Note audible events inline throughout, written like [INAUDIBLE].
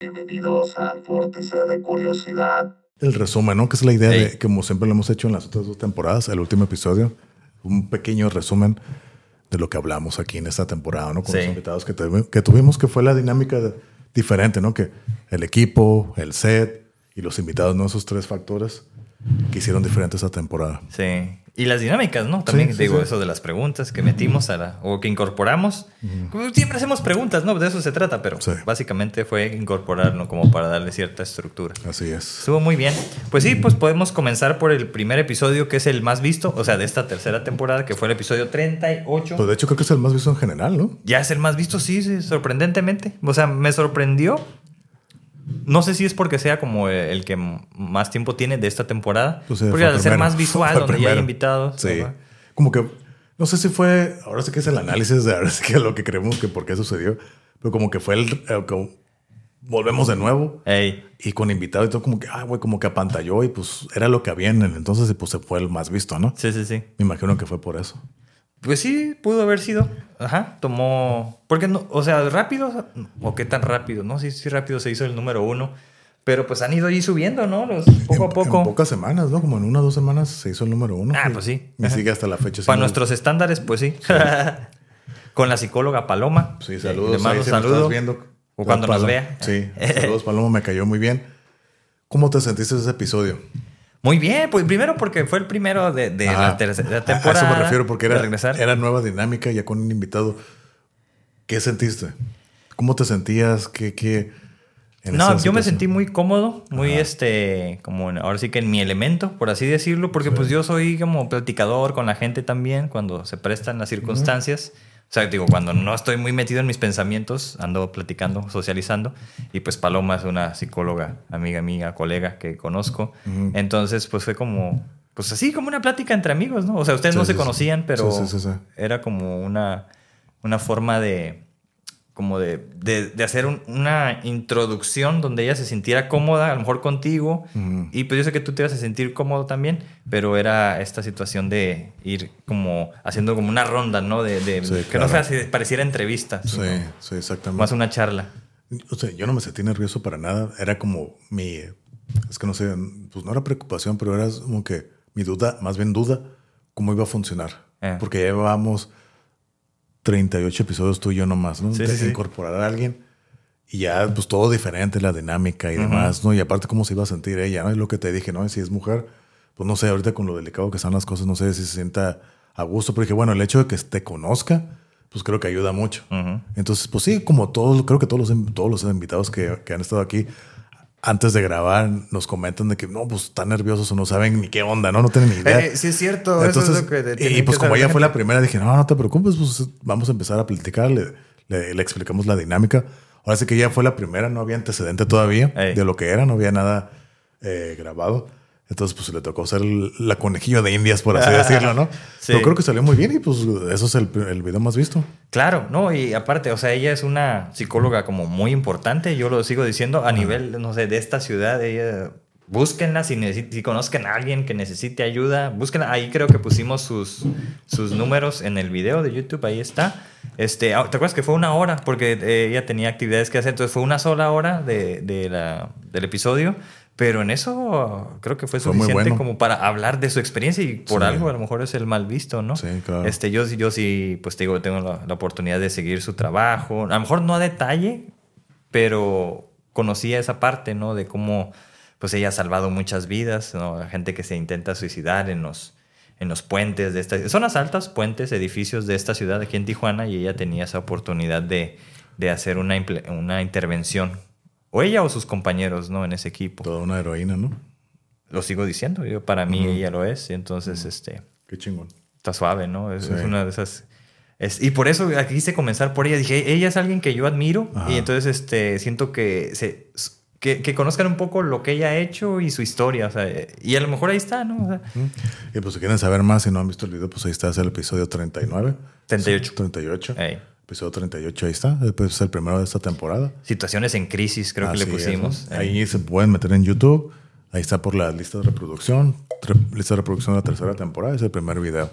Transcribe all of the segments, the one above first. Bienvenidos a Vórtice de Curiosidad. El resumen, ¿no? Que es la idea Ey. de, como siempre lo hemos hecho en las otras dos temporadas, el último episodio, un pequeño resumen de lo que hablamos aquí en esta temporada, ¿no? Con Sí. los invitados que, tuvi- que tuvimos, que fue la dinámica de- diferente, ¿no? Que el equipo, el set y los invitados, ¿no? Esos tres factores que hicieron diferente esta temporada. Sí. Y las dinámicas, ¿no? También Sí, sí, digo sí. eso de las preguntas que metimos a la, o que incorporamos. Como Siempre hacemos preguntas, ¿no? De eso se trata, pero Sí. básicamente fue incorporarlo como para darle cierta estructura. Así es. Estuvo muy bien. Pues sí, pues podemos comenzar por el primer episodio que es el más visto, o sea, de esta tercera temporada, que fue el episodio 38. Pues de hecho creo que es el más visto en general, ¿no? Ya es el más visto, sí, sí, sorprendentemente. O sea, me sorprendió. No sé si es porque sea como el que m- más tiempo tiene de esta temporada. Pues, eh, porque fue al ser primero. más visual, Fue donde ya hay primero. invitados. Sí. ajá. Como que, no sé si fue, ahora sí que es el análisis de ahora sí que lo que creemos que por qué sucedió, pero como que fue el, el como- volvemos de nuevo Ey, y con invitado y todo como que, ah, güey, como que apantalló y pues era lo que había en el entonces y pues se fue el más visto, ¿no? sí, sí, sí. Me imagino que fue por eso. Pues sí, pudo haber sido. Ajá, tomó. Porque no, o sea, rápido, o qué tan rápido, ¿no? Sí, sí, rápido se hizo el número uno. Pero pues han ido ahí subiendo, ¿no? Los, poco En- a poco. En pocas semanas, ¿no? Como en una o dos semanas se hizo el número uno. Ah, Y- pues sí. Y Ajá. sigue hasta la fecha. Para siendo- nuestros estándares, pues sí. [LAUGHS] Con la psicóloga Paloma. Sí, Le saludos. mando ahí si me saludo. estás viendo. O cuando nos Paloma. vea. [LAUGHS] Sí, saludos, Paloma, me cayó muy bien. ¿Cómo te sentiste ese episodio? Muy bien, pues primero porque fue el primero de, de la Ah, a- tercera A temporada. eso me refiero porque de era, regresar. era nueva dinámica ya con un invitado. ¿Qué sentiste? ¿Cómo te sentías? ¿Qué, qué? en no, esa yo me situación? sentí muy cómodo, muy Ajá. este, como en- ahora sí que en mi elemento, por así decirlo, porque pues yo soy como platicador con la gente también cuando se prestan las circunstancias. O sea, digo, cuando no estoy muy metido en mis pensamientos, ando platicando, socializando. Y pues Paloma es una psicóloga, amiga mía, colega que conozco. Ujú. Entonces, pues fue como, pues así, como una plática entre amigos, ¿no? O sea, ustedes Sí, no sí, se sí. conocían, pero Sí, sí, sí, sí. era como una, una forma de, como de, de- de hacer un- una introducción donde ella se sintiera cómoda, a lo mejor contigo. Ujú. Y pues yo sé que tú te ibas a sentir cómodo también, pero era esta situación de ir como haciendo como una ronda, ¿no? De, de- Sí, que claro. no fuera así- pareciera entrevista, Sí, sino sí, exactamente. más una charla. O sea, yo no me sentí nervioso para nada. Era como mi. Es que no sé, pues no era preocupación, pero era como que mi duda, más bien duda, cómo iba a funcionar. Eh. Porque llevamos 38 episodios tú y yo nomás, ¿no? Sí, De sí, sí. incorporar a alguien y ya, pues todo diferente, la dinámica y demás, ¿no? Y aparte, cómo se iba a sentir ella, ¿no? Es lo que te dije, ¿no? Y si es mujer, pues no sé, ahorita con lo delicado que están las cosas, no sé si se sienta a gusto, pero dije, bueno, el hecho de que te conozca, pues creo que ayuda mucho. Ujú. Entonces, pues sí, como todos, creo que todos los, todos los invitados que, que han estado aquí, antes de grabar, nos comentan de que no, pues están nerviosos o no saben ni qué onda, no, no tienen ni idea. Eh, eh, sí es cierto, eso es lo que te- y, tienen pues que como saber ella la fue la primera, dije, no, no te preocupes, pues vamos a empezar a platicar, le, le- le explicamos la dinámica. Ahora sí que ella fue la primera, no había antecedente todavía Ey. de lo que era, no había nada eh, grabado. Entonces, pues le tocó ser el- la conejillo de indias, por [LAUGHS] así decirlo, ¿no? Sí. Pero creo que salió muy bien y pues eso es el, el video más visto. Claro, no, y aparte, o sea, ella es una psicóloga como muy importante, yo lo sigo diciendo, a nivel, no sé, de esta ciudad, ella, búsquenla, si, necesi- si conozcan a alguien que necesite ayuda, búsquenla, ahí creo que pusimos sus, sus números en el video de YouTube, ahí está. Este, ah, ¿Te acuerdas que fue una hora? Porque eh, ella tenía actividades que hacer, entonces fue una sola hora de, de la- del episodio, pero en eso creo que fue Fue muy suficiente bueno. como para hablar de su experiencia y por Sí. algo a lo mejor es el mal visto, ¿no? Sí, claro. Este, yo, sí- yo sí, pues te digo, tengo la, la oportunidad de seguir su trabajo. A lo mejor no a detalle, pero conocía esa parte, ¿no? De cómo, pues ella ha salvado muchas vidas, ¿no? La gente que se intenta suicidar en los, en los puentes de esta... Zonas altas, puentes, edificios de esta ciudad aquí en Tijuana y ella tenía esa oportunidad de, de hacer una, imple- una intervención. O ella o sus compañeros, ¿no? En ese equipo. Toda una heroína, ¿no? Lo sigo diciendo, yo para mí ella lo es, y entonces, este... Qué chingón. está suave, ¿no? Es, Sí. es una de esas. es- y por eso aquí quise comenzar por ella. Dije, ella es alguien que yo admiro Ajá. y entonces este, siento que, se, que, que conozcan un poco lo que ella ha hecho y su historia. o sea, eh, y a lo mejor ahí está, ¿no? O sea, Y pues si quieren saber más, si no han visto el video, pues ahí está, es el episodio 39. 38. 38. ey, Episodio 38, ahí está. Eh, pues, Es el primero de esta temporada. situaciones en crisis, creo que le Así es, pusimos. ¿no? Ey. Ahí se pueden meter en YouTube. Ahí está por la lista de reproducción. Tre- lista de reproducción de la tercera temporada. Es el primer video.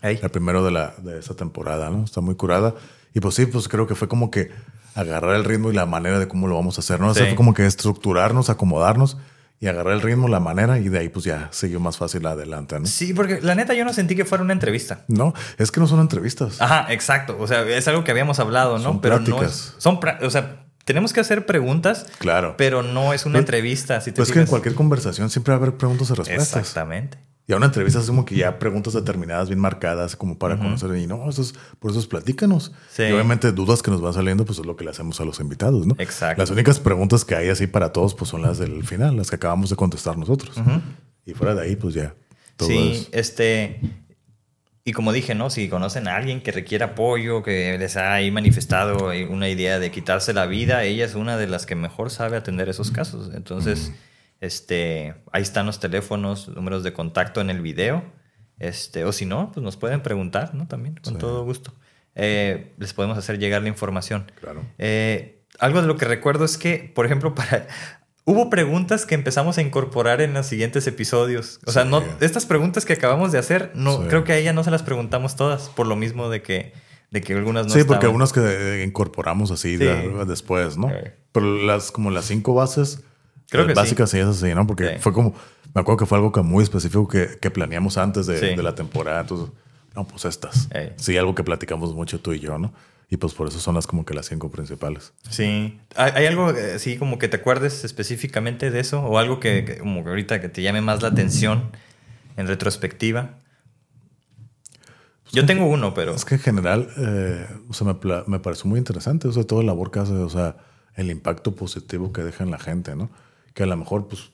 Ey. El primero de, la, de esta temporada, ¿no? Está muy curada. Y pues sí, pues creo que fue como que agarrar el ritmo y la manera de cómo lo vamos a hacer, ¿no? O sea, Sí. fue como que estructurarnos, acomodarnos y agarrar el ritmo, la manera y de ahí pues ya siguió más fácil adelante, ¿no? Sí, porque la neta yo no sentí que fuera una entrevista. No, es que no son entrevistas. Ajá, exacto. O sea, es algo que habíamos hablado, ¿no? Son no prácticas. es- son, pra- o sea, tenemos que hacer preguntas, claro. Pero, pero no es una Pero- entrevista. Si te es pues que en fijas. cualquier conversación siempre va a haber preguntas y respuestas. Exactamente. Y a una entrevista es como que ya preguntas determinadas, bien marcadas, como para conocer. Y no, eso es, por eso es platícanos. Sí. Y obviamente dudas que nos van saliendo, pues es lo que le hacemos a los invitados, ¿no? Exacto. Las únicas preguntas que hay así para todos, pues son las del final, las que acabamos de contestar nosotros. Y fuera de ahí, pues ya. Todo sí, es- este. Y como dije, ¿no? Si conocen a alguien que requiere apoyo, que les ha ahí manifestado ahí una idea de quitarse la vida, ella es una de las que mejor sabe atender esos casos. Entonces, este, ahí están los teléfonos, números de contacto en el video. Este, o si no, pues nos pueden preguntar, ¿no? También, con todo gusto. Eh, les podemos hacer llegar la información. Claro. Eh, algo de lo que recuerdo es que, por ejemplo, [LAUGHS] para... Hubo preguntas que empezamos a incorporar en los siguientes episodios. O sea, Sí. no, estas preguntas que acabamos de hacer, no, Sí. creo que a ella no se las preguntamos todas, por lo mismo de que, de que algunas no sí, porque estaban. unas que eh, incorporamos así Sí. de- después, ¿no? Eh. Pero las como las cinco bases Creo las que sí. básicas sí. esas sí, ¿no? Porque Sí. fue como, me acuerdo que fue algo que muy específico que, que planeamos antes de, Sí. de la temporada. Entonces, no, pues estas. Ey. Sí, algo que platicamos mucho tú y yo, ¿no? Y pues por eso son las como que las cinco principales. Sí. ¿Hay, hay algo eh, así como que te acuerdes específicamente de eso? ¿O algo Mm. que, que como que ahorita que te llame más la atención en retrospectiva? Pues, Yo tengo uno, pero... Es que en general, eh, o sea, me, pla- me pareció muy interesante, o sea, toda la labor que hace, o sea, el impacto positivo que deja en la gente, ¿no? Que a lo mejor, pues,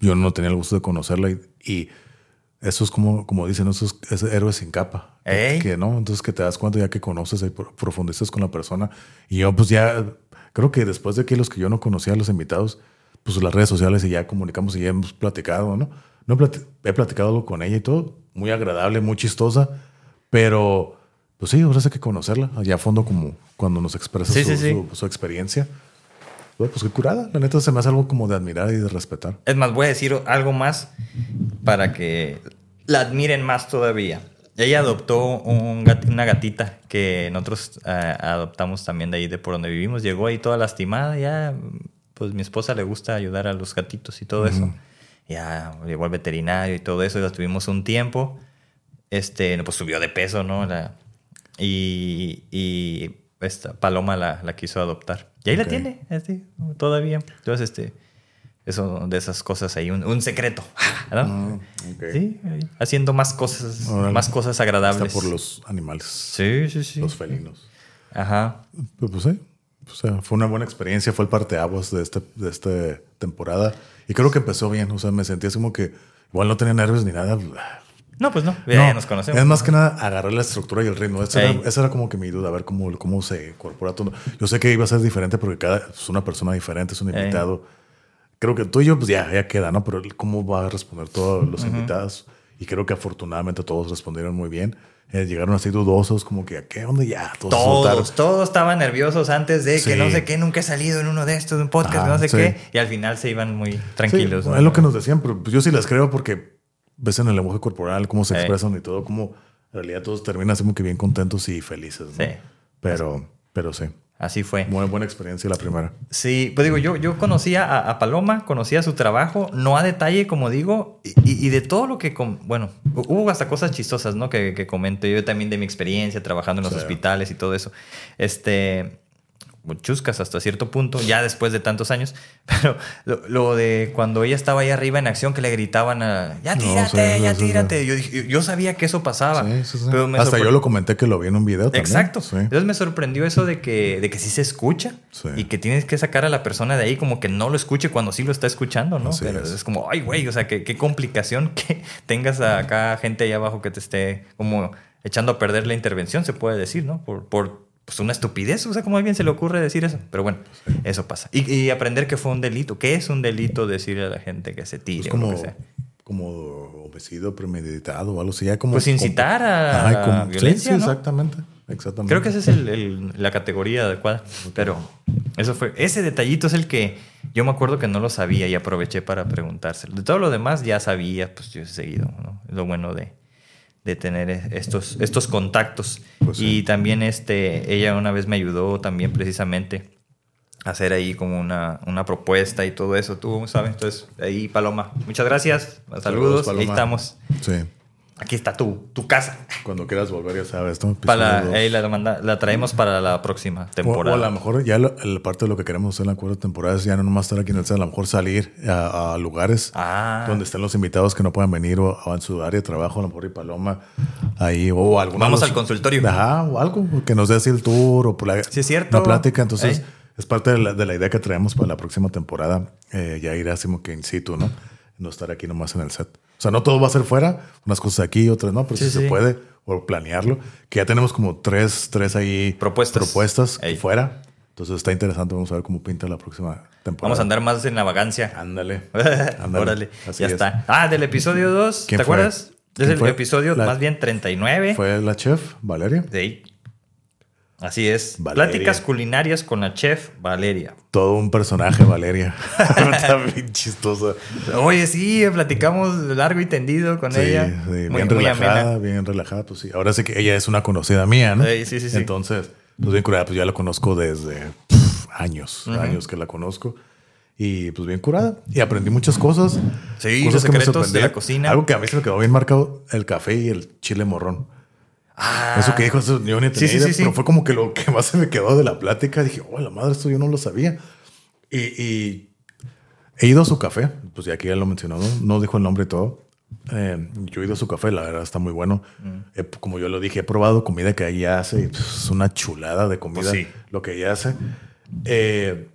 yo no tenía el gusto de conocerla y, y eso es como, como dicen, esos es héroes sin capa. Ey. Que no, entonces que te das cuenta ya que conoces y pro- profundizas con la persona. Y yo, pues, ya creo que después de que los que yo no conocía, los invitados, pues las redes sociales y ya comunicamos y ya hemos platicado, ¿no? no plati- he platicado algo con ella y todo, muy agradable, muy chistosa, pero pues sí, ahora sé que conocerla allá a fondo como cuando nos expresa Sí, su, sí, sí. su- su experiencia. Bueno, Pues qué curada, la neta se me hace algo como de admirar y de respetar. Es más, voy a decir algo más para que la admiren más todavía. Ella adoptó un gat- una gatita que nosotros eh, adoptamos también de ahí, de por donde vivimos. Llegó ahí toda lastimada. Ya, pues mi esposa le gusta ayudar a los gatitos y todo eso. Ya llegó al veterinario y todo eso. Ya estuvimos un tiempo. Este, no, pues subió de peso, ¿no? La- y, y esta Paloma la, la quiso adoptar. Y ahí Ok. la tiene, así, todavía. Entonces, este, eso de esas cosas ahí, un, un secreto, [LAUGHS] ¿no? Ah, Ah, Sí, ahí, haciendo más cosas, Mm. Órale. más cosas Está agradables. por los animales, Sí, sí, sí. los felinos. Ajá. Pues, pues sí, o sea, fue una buena experiencia, fue el parteaguas de, este, de esta temporada y creo que empezó bien, o sea, me sentí así como que igual no tenía nervios ni nada. No, pues no, ya No, nos conocemos. Es más que nada agarrar la estructura y el ritmo. Esa, Ey. era, esa era como que mi duda, a ver cómo, cómo se incorpora todo. Yo sé que iba a ser diferente porque cada es una persona diferente, es un Ey. invitado. Creo que tú y yo, pues ya, ya queda, ¿no? Pero el cómo va a responder todos los invitados. Y creo que afortunadamente todos respondieron muy bien. Eh, llegaron así dudosos, como que, ¿a qué onda ya? Todos. soltaron. Todos, todos estaban nerviosos antes de que pues, Sí. no sé qué, nunca he salido en uno de estos, de un podcast, Ajá, no sé sí. qué. Y al final se iban muy Sí, tranquilos. ¿no? es lo que nos decían, pero pues, yo sí las creo porque ves en el lenguaje corporal cómo se Ey. expresan y todo, cómo en realidad todos terminan así como que bien contentos y felices. ¿no? Sí. Pero, pero sí. Así fue. Muy buena experiencia la primera. Sí, pues digo, yo, yo conocía a, a Paloma, conocía su trabajo, no a detalle, como digo, y, y- y de todo lo que, com- bueno, hu- hubo hasta cosas chistosas, ¿no? Que, que comento yo también de mi experiencia trabajando en los Sí. hospitales y todo eso. Este, chuscas hasta cierto punto, ya después de tantos años, [LAUGHS] pero lo, lo de cuando ella estaba ahí arriba en acción que le gritaban a, ya No, sí, tírate, sí, ya sí, sí. tírate. Yo, dije- yo sabía que eso pasaba. Sí, sí, sí. Ah, pero me Hasta sorpre- yo lo comenté que lo vi en un video. también. Exacto. Sí. Entonces me sorprendió eso de que, de que sí se escucha Sí. y que tienes que sacar a la persona de ahí como que no lo escuche cuando sí lo está escuchando, ¿no? Así Pero es. es. como, ay, güey, o sea, qué, qué complicación [LAUGHS] que tengas acá gente ahí abajo que te esté como echando a perder la intervención, se puede decir, ¿no? Por, por pues, una estupidez, o sea, como a alguien se le ocurre decir eso. Pero bueno, eso pasa. Y, y aprender que fue un delito. ¿Qué es un delito decirle a la gente que se tire? Es o lo Pues como, que sea? como homicidio premeditado o algo así. Ya como, Pues incitar a la como- sí, violencia, sí, ¿no? exactamente. Exactamente. Creo que esa es el- el- la categoría adecuada. Pero eso fue. Ese detallito es el que yo me acuerdo que no lo sabía y aproveché para preguntárselo. De todo lo demás ya sabía, pues yo he seguido, ¿no? Lo bueno de, de tener estos, estos contactos. Pues sí. Y también este, ella una vez me ayudó también precisamente a hacer ahí como una, una propuesta y todo eso, tú sabes. Entonces, ahí Paloma, muchas gracias, saludos, ahí Paloma. estamos. Sí. Aquí está tu, tu casa. Cuando quieras volver, ya sabes, ¿no? Para, Episodio ahí dos. la, manda- la traemos para la próxima Mm. O- O, temporada. a lo mejor ya lo- la parte de lo que queremos hacer en la cuarta temporada es ya no nomás estar aquí en el set, a lo mejor salir a, a lugares Ah. donde están los invitados que no puedan venir o, o en su área de trabajo, a lo mejor y Paloma ahí o alguna Vamos los- al consultorio. Ajá, o algo que nos dé así el tour o la, Sí, es cierto. una plática. Entonces Ey. es parte de la, de la idea que traemos para la próxima temporada. eh, ya ir así como que in situ, ¿no? No estar aquí nomás en el set. O sea, no todo va a ser fuera, unas cosas aquí, otras no, pero Sí, si sí. se puede o planearlo, que ya tenemos como tres, tres ahí Propuestas. propuestas Ey. fuera. Entonces está interesante. Vamos a ver cómo pinta la próxima temporada. Vamos a andar más en la vagancia. Ándale. Ah, ándale. [LAUGHS] Órale, Así ya es. está. Ah, del episodio 2, ¿te ¿Quién fue? acuerdas? Es ¿Quién el fue? episodio La- más bien 39. Fue la chef, Valeria. Sí. Así es. Valeria. Pláticas culinarias con la chef Valeria. Todo un personaje, [LAUGHS] Valeria. está bien chistosa. Oye, sí, platicamos largo y tendido con Sí, ella. sí, Muy- bien muy relajada, amena. bien relajada, pues sí. Ahora sí que ella es una conocida mía, ¿no? Sí, sí, sí, sí. Entonces, pues bien curada, pues ya la conozco desde pff, años, años que la conozco. Y pues bien curada. Y aprendí muchas cosas. Sí, cosas los que me secretos de la sorprendieron. cocina. Algo que a mí se me quedó bien marcado, el café y el chile morrón. Ah, Eso que dijo, eso yo ni tenía Sí, sí, idea, sí, sí. pero fue como que lo que más se me quedó de la plática. Dije, oh, la madre, esto yo no lo sabía. Y, y he ido a su café, pues ya aquí ya lo mencionó, ¿no? No dijo el nombre y todo. Eh, yo he ido a su café, la verdad está muy bueno. Mm. He- como yo lo dije, he probado comida que ella hace, y, pues, es una chulada de comida Pues sí. lo que ella hace. Eh,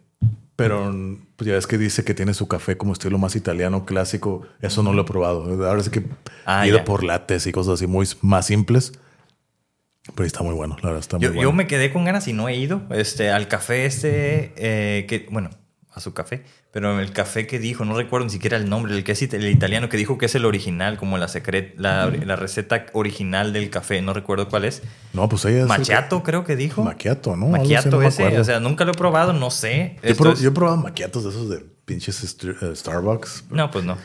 pero pues, ya ves que dice que tiene su café como estilo más italiano clásico. Eso no lo he probado. Ahora sí que Ah, he ido ya. por lates y cosas así muy más simples. Pero está muy bueno, la verdad está muy Yo, bueno. yo me quedé con ganas y no he ido este, al café este, eh, que, bueno, a su café, pero el café que dijo, no recuerdo ni siquiera el nombre, el que es it- el italiano que dijo que es el original, como la, secret, la, la receta original del café, no recuerdo cuál es. No, pues ella es. Machiato, creo que dijo. Maquiato, ¿no? Algo así, no Maquiato me ese, acuerdo. o sea, nunca lo he probado, no sé. yo, Esto pro- es- yo he probado maquiatos de esos de pinches Star- eh, Starbucks. No, pues no.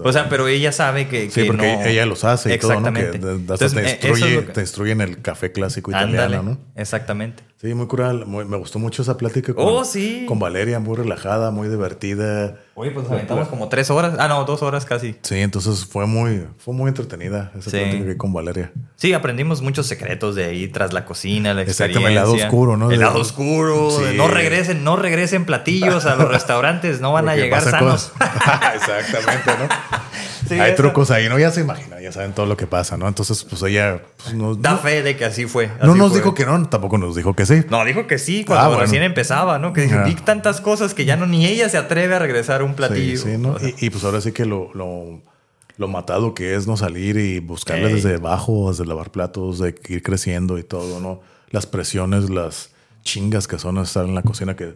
O sea, pero ella sabe que, Sí, que porque no- ella los hace y todo, ¿no? Que Exactamente. de- de- hasta Entonces, te, eh, eso es instruye, lo que- te instruye en el café clásico italiano, Ándale, ¿no? exactamente. Sí, muy curada. muy- me gustó mucho esa plática con, Oh, sí. con Valeria, muy relajada, muy divertida. Oye, pues nos aventamos como tres horas. Ah, no, dos horas casi. Sí, entonces fue muy, fue muy entretenida esa Sí. plática que con Valeria. Sí, aprendimos muchos secretos de ahí tras la cocina, la experiencia. Exactamente, el lado oscuro, ¿no? El De- lado oscuro. de Sí. No regresen, no regresen platillos a [LAUGHS] los restaurantes, no van a Porque llegar pasan sanos. cosas- [LAUGHS] Exactamente, ¿no? [LAUGHS] Sí, Hay eso. trucos ahí, ¿no? Ya se imagina, ya saben todo lo que pasa, ¿no? Entonces, pues ella pues, nos, Da no, fe de que así fue. no así nos fue. dijo que no, tampoco nos dijo que sí. No, dijo que sí cuando Ah, bueno. recién empezaba, ¿no? Que dijo, Ah. vi tantas cosas que ya no ni ella se atreve a regresar un platillo. Sí, sí, ¿no? Y, y, pues ahora sí que lo, lo, lo matado que es no salir y buscarle Ey. desde abajo, desde lavar platos, de ir creciendo y todo, ¿no? Las presiones, las chingas que son estar en la cocina, que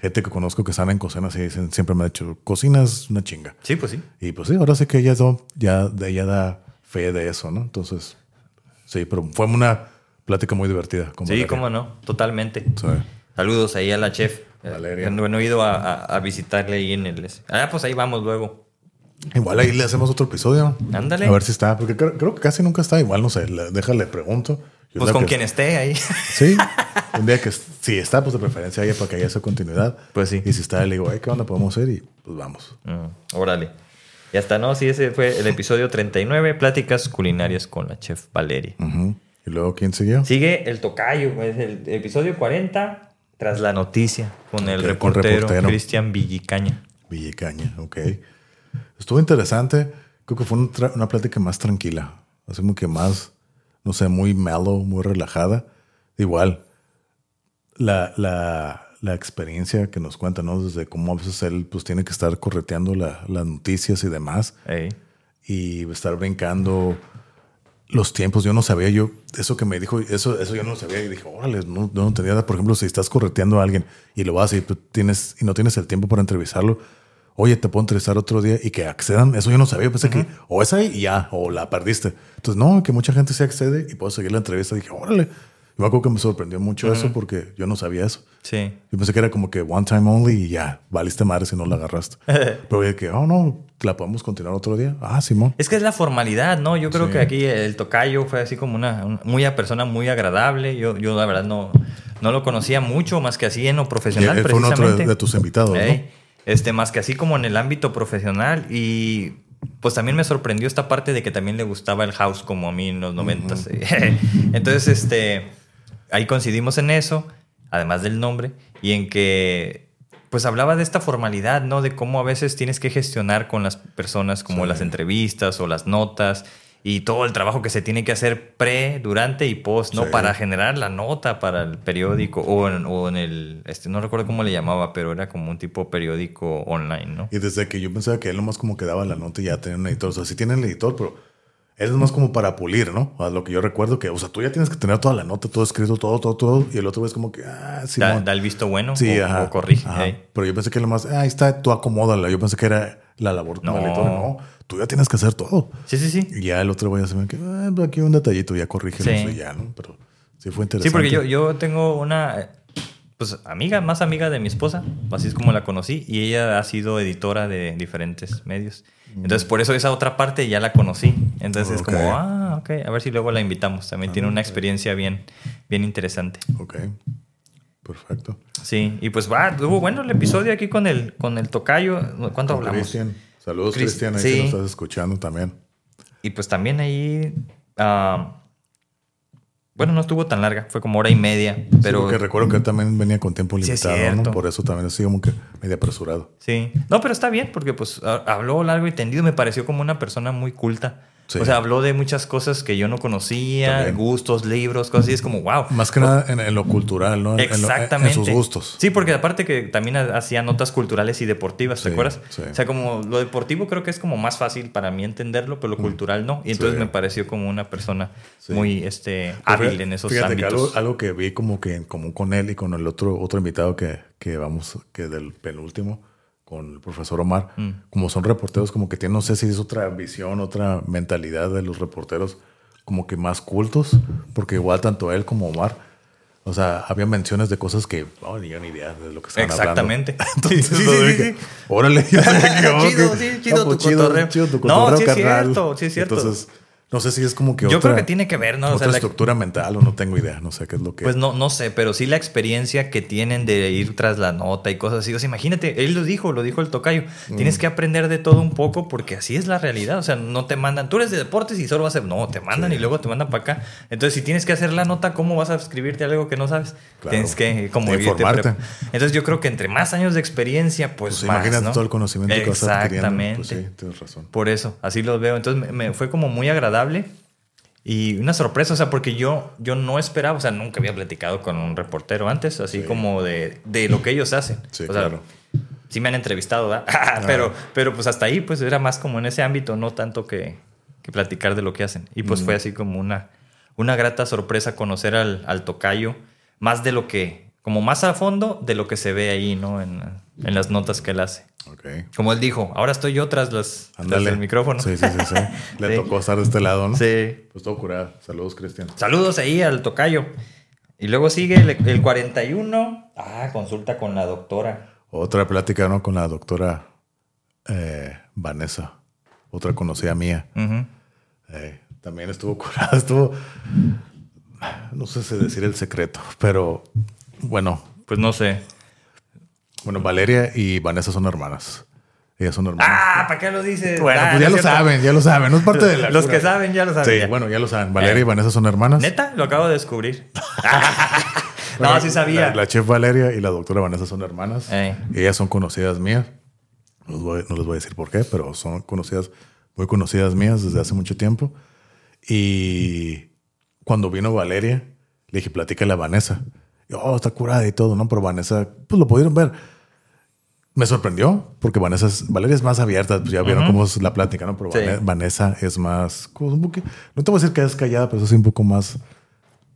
gente que conozco que están en cocinas y dicen, siempre me ha dicho, cocina es una chinga. Sí, pues sí. Y pues sí, ahora sí que ella, da- ya, ella da fe de eso, ¿no? Entonces, sí, pero fue una plática muy divertida. con Sí, Valeria. cómo no, totalmente. Sí. Saludos ahí a la chef. Eh, Valeria. No, no he ido a, a- a visitarle ahí en el... Ah, pues ahí vamos luego. Igual ahí le hacemos otro episodio. Ándale. A ver si está, porque creo, creo que casi nunca está. Igual, no sé, le- déjale, pregunto. Yo Pues la con que- quien esté ahí. Sí. [LAUGHS] Un día que es- si está, pues de preferencia ella para que haya esa continuidad. Pues sí. Y si está, le digo, ay, ¿qué onda podemos hacer? Y pues vamos. Mm, Órale. Ya está, ¿no? Sí, ese fue el episodio 39, Pláticas Culinarias con la Chef Valeria. Ujú. Y luego, ¿quién siguió? Sigue el tocayo, pues, el episodio 40, tras la noticia, con el Ok, con reportero, reportero. Cristian Villicaña. Villicaña, ok. Estuvo interesante. Creo que fue un tra- una plática más tranquila. Así como que más, no sé, muy mellow, muy relajada. Igual, la, la, la experiencia que nos cuenta, ¿no? Desde cómo a veces él pues tiene que estar correteando la- las noticias y demás Ey. y estar brincando los tiempos. Yo no sabía, yo, eso que me dijo, eso, eso yo no lo sabía. Y dije, órale, no, no tenía nada. Por ejemplo, si estás correteando a alguien y lo vas y, tú tienes, y no tienes el tiempo para entrevistarlo, oye, te puedo entrevistar otro día y que accedan. Eso yo no sabía. Yo Pensé que o es ahí y ya, o la perdiste. Entonces, no, que mucha gente se accede y puedo seguir la entrevista. dije, órale. Yo algo que me sorprendió mucho eso porque yo no sabía eso. Sí. Yo pensé que era como que one time only y ya, valiste madre si no la agarraste. [LAUGHS] Pero oye, que, oh no, la podemos continuar otro día. Ah, Simón. Es que es la formalidad, ¿no? Yo creo Sí. que aquí el tocayo fue así como una, un- muy a persona muy agradable. Yo, yo la verdad no, no lo conocía mucho más que así en lo Y profesional. él fue uno otro de, precisamente. de tus invitados, Ey, Este, más que así como en el ámbito profesional y pues también me sorprendió esta parte de que también le gustaba el house como a mí en los noventas. [LAUGHS] Entonces, este, ahí coincidimos en eso, además del nombre, y en que pues hablaba de esta formalidad, ¿no? De cómo a veces tienes que gestionar con las personas como las entrevistas o las notas y todo el trabajo que se tiene que hacer pre, durante y post, ¿no? Sí. Para generar la nota para el periódico o en, o en el, este, no recuerdo cómo le llamaba, pero era como un tipo periódico online, ¿no? ¿no? Y desde que yo pensaba que él nomás como que daba la nota y ya tenía un editor. O sea, sí tiene el editor, pero él es más como para pulir, ¿no? A lo que yo recuerdo que, o sea, tú ya tienes que tener toda la nota, todo escrito, todo, todo, todo. Y el otro es como que, ah, Da, Simón. da el visto bueno Sí, o, ajá. o corrige. ¿eh? ajá. ey. Pero yo pensé que lo más, ah, ahí está, tú acomódala. Yo pensé que era la labor no. No. No, tú ya tienes que hacer todo. Sí, sí, sí. Y ya el otro güey se me que, ah, pero aquí un detallito, ya corrige Sí. y ya, ¿no? Pero sí fue interesante. Sí, porque yo, yo tengo una eh, pues amiga, más amiga de mi esposa, así es como la conocí, y ella ha sido editora de diferentes medios. Entonces, por eso esa otra parte ya la conocí. Entonces, Mm. Ok. Ah, es como, ah, ok, a ver si luego la invitamos. También tiene una experiencia bien, bien interesante. Ok, perfecto. Sí, y pues va, tuvo bueno el episodio aquí con el, con el tocayo. ¿Cuánto hablamos? Cristian, saludos Cris- Cristian, ahí sí. que nos estás escuchando también. Y pues también ahí. ah, bueno, no estuvo tan larga, fue como hora y media, Pero pero. porque recuerdo que él también venía con tiempo Sí, es limitado, ¿no? cierto. Por eso también así como que medio apresurado. Sí. No, pero está bien porque pues ha- habló largo y tendido. Me pareció como una persona muy culta. Sí. O sea, habló de muchas cosas que yo no conocía, También. gustos, libros, cosas así. Es como, wow. Más que nada en, en lo cultural, ¿no? En- en lo- en- Exactamente. En, sus gustos. Sí, porque aparte que también ha- hacía notas culturales y deportivas, Sí, ¿te acuerdas? sí. O sea, como lo deportivo creo que es como más fácil para mí entenderlo, pero lo cultural no. Y entonces Mm. Sí. me pareció como una persona Sí. muy este, Pero hábil fíjate- en esos fíjate que ámbitos. algo, algo que vi como que en común con él y con el otro, otro invitado que, que vamos, que del penúltimo, con el profesor Omar, Mm. como son reporteros, como que tienen, no sé si es otra visión, otra mentalidad de los reporteros, como que más cultos, porque igual tanto él como Omar, o sea, había menciones de cosas que oh, ni yo ni idea de lo que estaban hablando. Exactamente. [LAUGHS] Entonces, Sí, sí, yo sí, dije, sí, sí. Órale, yo dije que, oh, [LAUGHS] Chido, que- sí, chido pues, tu cotorreo. chido tu No, cotorreo, sí es carnal. cierto, sí es cierto. Entonces, no sé si es como que Yo otra- creo que tiene que ver, ¿no? O otra sea, la- estructura mental o no tengo idea, no sé qué es lo que... Pues no, no sé, pero sí la experiencia que tienen de ir tras la nota y cosas así. O sea, imagínate, él lo dijo, lo dijo el tocayo. Mm. Tienes que aprender de todo un poco porque así es la realidad. O sea, no te mandan, tú eres de deportes y solo vas a... No, te mandan y luego te mandan para acá. Entonces, si tienes que hacer la nota, ¿cómo vas a escribirte algo que no sabes? Claro. Tienes que eh, como Tienes que irte informarte. prep- Entonces, yo creo que entre más años de experiencia, pues, Pues más, imagínate ¿no? todo el conocimiento que vas adquiriendo. Exactamente. Pues sí, tienes razón. Por eso, así los veo. Entonces me, me fue como muy agradable y una sorpresa, o sea, porque yo, yo no esperaba, o sea, nunca había platicado con un reportero antes, así Sí. como de, de lo que ellos hacen. Sí, O sea, claro. Sí me han entrevistado, ¿verdad? [LAUGHS] pero, pero pues hasta ahí, pues era más como en ese ámbito, no tanto que, que platicar de lo que hacen. Y Mm. pues fue así como una, una grata sorpresa conocer al, al tocayo, más de lo que, como más a fondo de lo que se ve ahí, ¿no? En, en las notas que él hace. Ok. Como él dijo, ahora estoy yo tras, las, tras Ándale. el micrófono. Sí, sí, sí. [LAUGHS] sí. Le Sí. tocó estar de este lado, ¿no? Sí. Pues todo curado. Saludos, Cristian. Saludos ahí al tocayo. Y luego sigue el, el 41. Ah, consulta con la doctora. Otra plática, ¿no? Con la doctora eh, Vanessa. Otra conocida mía. Ujú. Eh, también estuvo curada. [LAUGHS] Estuvo... No sé si decir el secreto, pero... Bueno, Pues no sé. bueno, Valeria y Vanessa son hermanas. Ellas son hermanas. Ah, ¿para qué lo dices? bueno, Ah, pues ya no lo es cierto. saben, ya lo saben. No es parte de la Los cura. que saben ya lo saben. Sí, ya. bueno, ya lo saben. Valeria y Vanessa son hermanas. Neta, lo acabo de [LAUGHS] descubrir. [LAUGHS] no, Bueno, sí sabía. La, la chef Valeria y la doctora Vanessa son hermanas. Ey. Ellas son conocidas mías. No les, voy, no les voy a decir por qué, pero son conocidas, muy conocidas mías desde hace mucho tiempo. Y cuando vino Valeria, le dije, platícale a Vanessa. Y, oh, está curada y todo, ¿no? Pero Vanessa, pues lo pudieron ver. Me sorprendió porque Vanessa es, Valeria es más abierta, pues ya vieron cómo es la plática, ¿no? Pero Sí. Vane- Vanessa es más, como un poqui- no te voy a decir que es callada, pero es así un poco más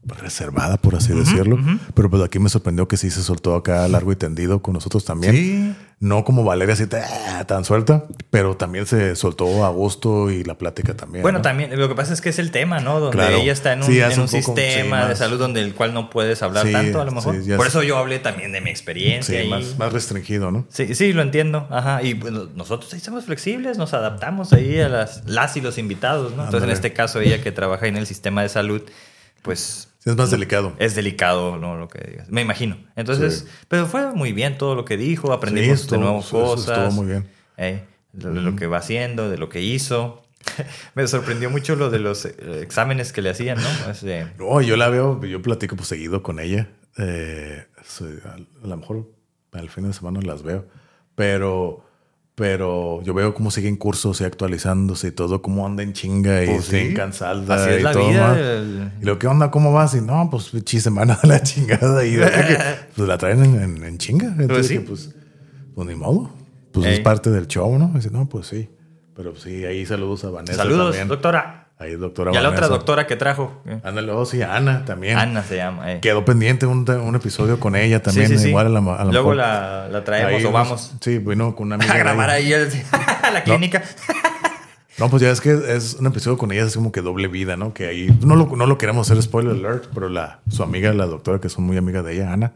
reservada, por así decirlo. Pero pues aquí me sorprendió que sí se soltó acá largo y tendido con nosotros también. Sí. No como Valeria así "Ah", tan suelta, pero también se soltó a gusto y la plática también. Bueno, ¿no? también lo que pasa es que es el tema, ¿no? Donde Claro. ella está en un, Sí, en hace un un poco- sistema sí, de más. salud donde el cual no puedes hablar Sí, tanto, a lo mejor. sí, ya Por sé. eso yo hablé también de mi Sí, experiencia. ahí. más, más restringido, ¿no? Sí, sí, lo entiendo. Ajá. Y bueno, nosotros ahí somos flexibles, nos adaptamos ahí a las, las y los invitados, ¿no? Entonces, en Ándale. este caso, ella que trabaja en el sistema de salud, pues Sí, es más delicado. es delicado, ¿no? Lo que digas. Me imagino. Entonces, pero fue muy bien todo lo que dijo, aprendimos estuvo- de nuevo sí, eso cosas. estuvo muy bien. eh, de de lo que va haciendo, de lo que hizo. [LAUGHS] Me sorprendió mucho lo de los eh, exámenes que le hacían, ¿no? Ese- No, yo la veo, yo platico pues seguido con ella. Eh, sí, a, a lo mejor al fin de semana las veo, pero, pero yo veo cómo siguen cursos y actualizándose y todo, cómo anda en chinga y Pues sí. siguen cansada así es y la todo vida. más. el- Y lo que onda, ¿cómo vas? Y no, pues chi semana de la [LAUGHS] chingada. Y de [LAUGHS] que, pues la traen en, en- en chinga. Entonces, sí. dije, pues, pues, ni modo. Pues es Ey. parte del show, ¿no? Y dice, no, pues sí. Pero sí, ahí saludos a Vanessa. Saludos, también. doctora. Ahí, doctora Y a la Vanessa. otra doctora que trajo. eh, Ándale, oh, sí, a Ana también. Ana se llama. eh. Quedó pendiente un, un episodio con ella también, Sí, sí, sí. igual a la, a lo Luego mejor. la, la traemos Ahí o nos- vamos Sí, bueno, [LAUGHS] con una amiga. a de grabar ella. ahí el- [LAUGHS] a la clínica. No, pues ya es que es un episodio con ella, es como que doble vida, ¿no? Que ahí no lo, no lo queremos hacer spoiler alert, pero la, su amiga, la doctora, que son muy amiga de ella, Ana,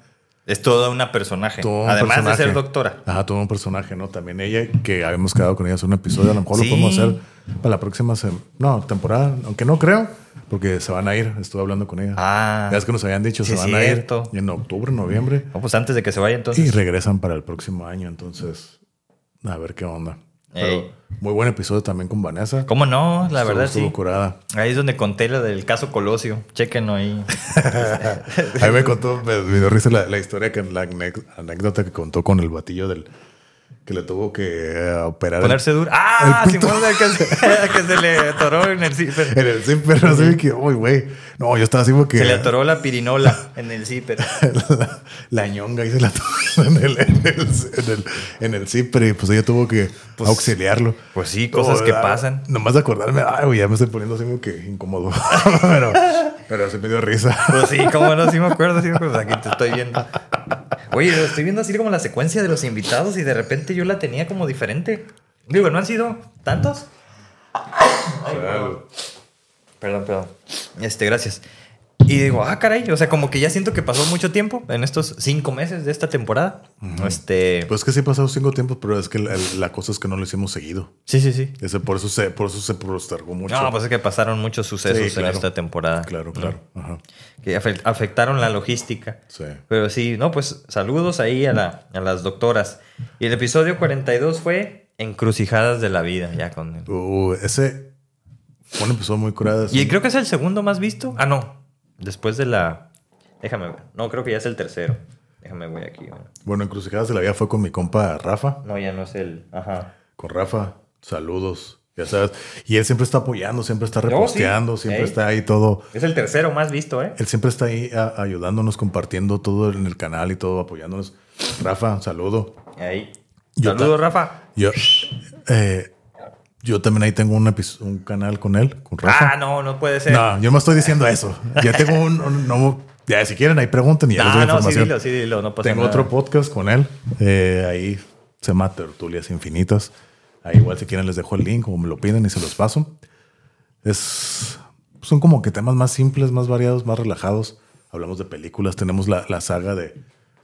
Es toda una personaje. Todo un Además personaje. de ser doctora. Ajá, todo un personaje, ¿no? También ella, que habíamos quedado con ella hace un episodio, a lo mejor Sí. lo podemos hacer para la próxima sem- no, temporada, aunque no creo, porque se van a ir, estuve hablando con ella. Ah. ya es que nos habían dicho, sí, se van cierto. a ir en octubre, noviembre, No, pues antes de que se vaya y entonces. regresan para el próximo año, entonces, a ver qué onda. Pero Ey. muy buen episodio también con Vanessa. ¿Cómo no? La Estuvo- verdad estuvo sí. [LAUGHS] curada. Ahí es donde conté lo del caso Colosio. Chéquenlo ahí. A mí me contó, me, me dio risa la, la historia, que la anex- anécdota que contó con el batillo del que le tuvo que eh, operar. [LAUGHS] el- Ponerse duro. ¡Ah! El pito. Simón, el que, se, [LAUGHS] que se le atoró en [LAUGHS] el zíper. En el zipper, así de que, uy, güey. No, yo estaba así porque. Se le atoró la pirinola en el zíper. [LAUGHS] la, la ñonga y se la atoró [LAUGHS] en el, en el, en el, en el zipper y pues ella tuvo que auxiliarlo. Pues sí, cosas que ah, pasan. Nomás de acordarme, ay, güey, ya me estoy poniendo así como que incómodo. [LAUGHS] pero, pero se me dio risa. Pues sí, cómo no, sí me acuerdo, sí me acuerdo. Aquí te estoy viendo. Oye, estoy viendo así como la secuencia de los invitados y de repente yo la tenía como diferente. Digo, ¿no han sido tantos? Perdón, perdón. Este, gracias. Y digo, ah, caray, o sea, como que ya siento que pasó mucho tiempo en estos cinco meses de esta temporada. Este. Pues que sí pasaron cinco tiempos, pero es que la, la cosa es que no lo hicimos seguido. sí, sí, sí. Ese, por eso se, por eso se postergó mucho. No, pues es que pasaron muchos sucesos Sí, claro. en esta temporada. Claro, claro. Ajá. Que afe- afectaron la logística. Sí. Pero sí, no, pues saludos ahí a, la, a las doctoras. Y el episodio 42 fue Encrucijadas de la Vida, ya con... Uh, ese fue un episodio muy curado. Y creo que es el segundo más visto. Ah, no. Después de la... Déjame ver. No, creo que ya es el tercero. Déjame voy aquí. bueno. Bueno, Encrucijadas de la Vida fue con mi compa Rafa. No, ya no es el... Ajá. Con Rafa, saludos. Ya sabes. Y él siempre está apoyando, siempre está sí. reposteando, siempre Ey. está ahí todo. Es el tercero más visto, ¿eh? Él siempre está ahí a- ayudándonos, compartiendo todo en el canal y todo, apoyándonos. Rafa, saludo. Ahí. Yo Saludos, Rafa. Yo, eh, yo también ahí tengo un, episo- un canal con él, con Rafa. Ah, no, no puede ser. No, yo me estoy diciendo eso. Ya tengo un, un- no, ya si quieren ahí pregunten y ya les doy Ah, no, no, sí información. dilo, sí dilo. No pasa tengo nada. otro podcast con él. eh, ahí se llama Tertulias Infinitas. Ahí igual si quieren les dejo el link o me lo piden y se los paso. Es son como que temas más simples, más variados, más relajados. Hablamos de películas. Tenemos la, la saga de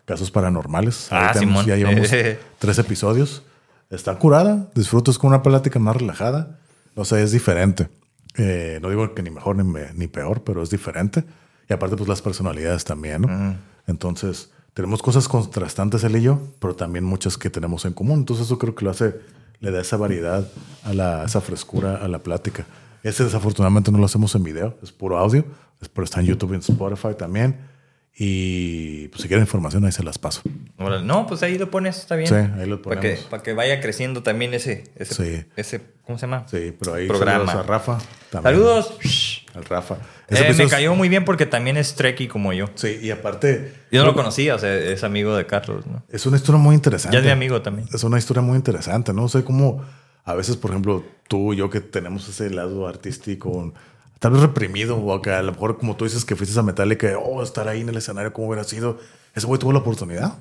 casos paranormales. Ahí Ah, Simón. Eh, Ya llevamos [LAUGHS] tres episodios. Está curada. Disfrutas con una plática más relajada. No sé, es diferente. Eh, no digo que ni mejor ni, me- ni peor, pero es diferente. Y aparte, pues las personalidades también, ¿no? Entonces, tenemos cosas contrastantes él y yo, pero también muchas que tenemos en común. Entonces, eso creo que lo hace, le da esa variedad, a la, esa frescura a la plática. Ese desafortunadamente no lo hacemos en video, es puro audio, es- pero está en YouTube y en Spotify también. Y pues, si quieren información, ahí se las paso. Órale, No, pues ahí lo pones, está bien. Sí, ahí lo Para que, ponemos. para que vaya creciendo también ese, ese, Sí. ese ¿cómo se llama? Sí, pero ahí Programa. saludos a Rafa. también. Saludos. Al Rafa. Eh, Ese episodio me pues es- cayó muy bien porque también es trekkie como yo. Sí, y aparte, Yo no lo conocía, o sea, es amigo de Carlos, ¿no? es una historia muy interesante. Ya es mi amigo también. Es una historia muy interesante, ¿no? sé cómo a veces, por ejemplo, tú y yo que tenemos ese lado artístico, tal vez reprimido, o que a lo mejor, como tú dices, que fuiste a Metallica, oh, estar ahí en el escenario, ¿cómo hubiera sido? Ese güey tuvo la oportunidad.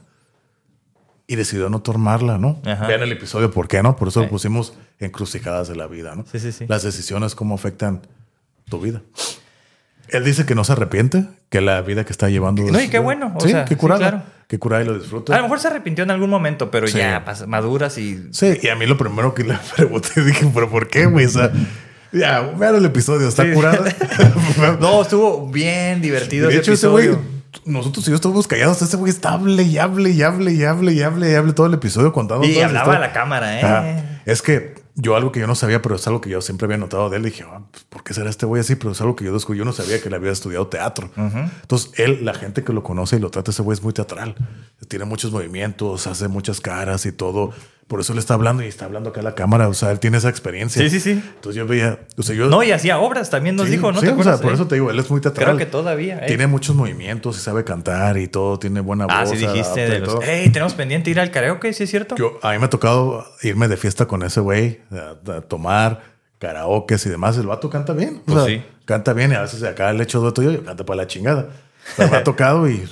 y decidió no tomarla, ¿no? Ajá. Vean el episodio, ¿por qué no? Por eso Sí. lo pusimos encrucijadas de la vida, ¿no? Sí, sí, sí. Las decisiones, cómo afectan tu vida. Él dice que no se arrepiente, que la vida que está llevando. No, y es- qué bueno, o sí, sea, qué sí, curada. claro. Qué curada y lo disfruta. A lo mejor se arrepintió en algún momento, pero Sí. ya pas- maduras y. Sí, y a mí lo primero que le [LAUGHS] pregunté, dije, ¿pero por qué, güey? O sea, ya, vean el episodio, está Sí. [LAUGHS] curada. No, estuvo bien divertido De ese hecho, ese güey, episodio. nosotros y yo estuvimos callados. Ese güey está hable y hable y hable y hable y hable y hable todo el episodio contando. y todas las hablaba a historias. la cámara, ¿eh? Ajá. Es que yo algo que yo no sabía, pero es algo que yo siempre había notado de él. Dije, "Ah, pues, ¿por qué será este güey así? Pero es algo que yo descubrí. Yo no sabía que le había estudiado teatro. Entonces, él, la gente que lo conoce y lo trata, ese güey es muy teatral. Tiene muchos movimientos, hace muchas caras y todo. Por eso le está hablando y está hablando acá a la cámara. O sea, él tiene esa experiencia. Sí, sí, sí. Entonces, yo veía, o sea, yo. No, y hacía obras también, nos Sí, dijo, ¿no? sí, ¿Te o sea, acuerdas? por Eh, eso te digo, él es muy teatral. Creo que todavía. eh. Tiene muchos movimientos y sabe cantar y todo, tiene buena ah, voz. sí, dijiste. adapta De y los, todo. hey, tenemos pendiente ir al karaoke, ¿sí es cierto? Yo, a mí me ha tocado irme de fiesta con ese güey, a, a tomar karaokes y demás. El vato canta bien. O Pues sea, sí. Canta bien y a veces acá le echo dueto yo, yo canta para la chingada. Pero me [LAUGHS] ha tocado y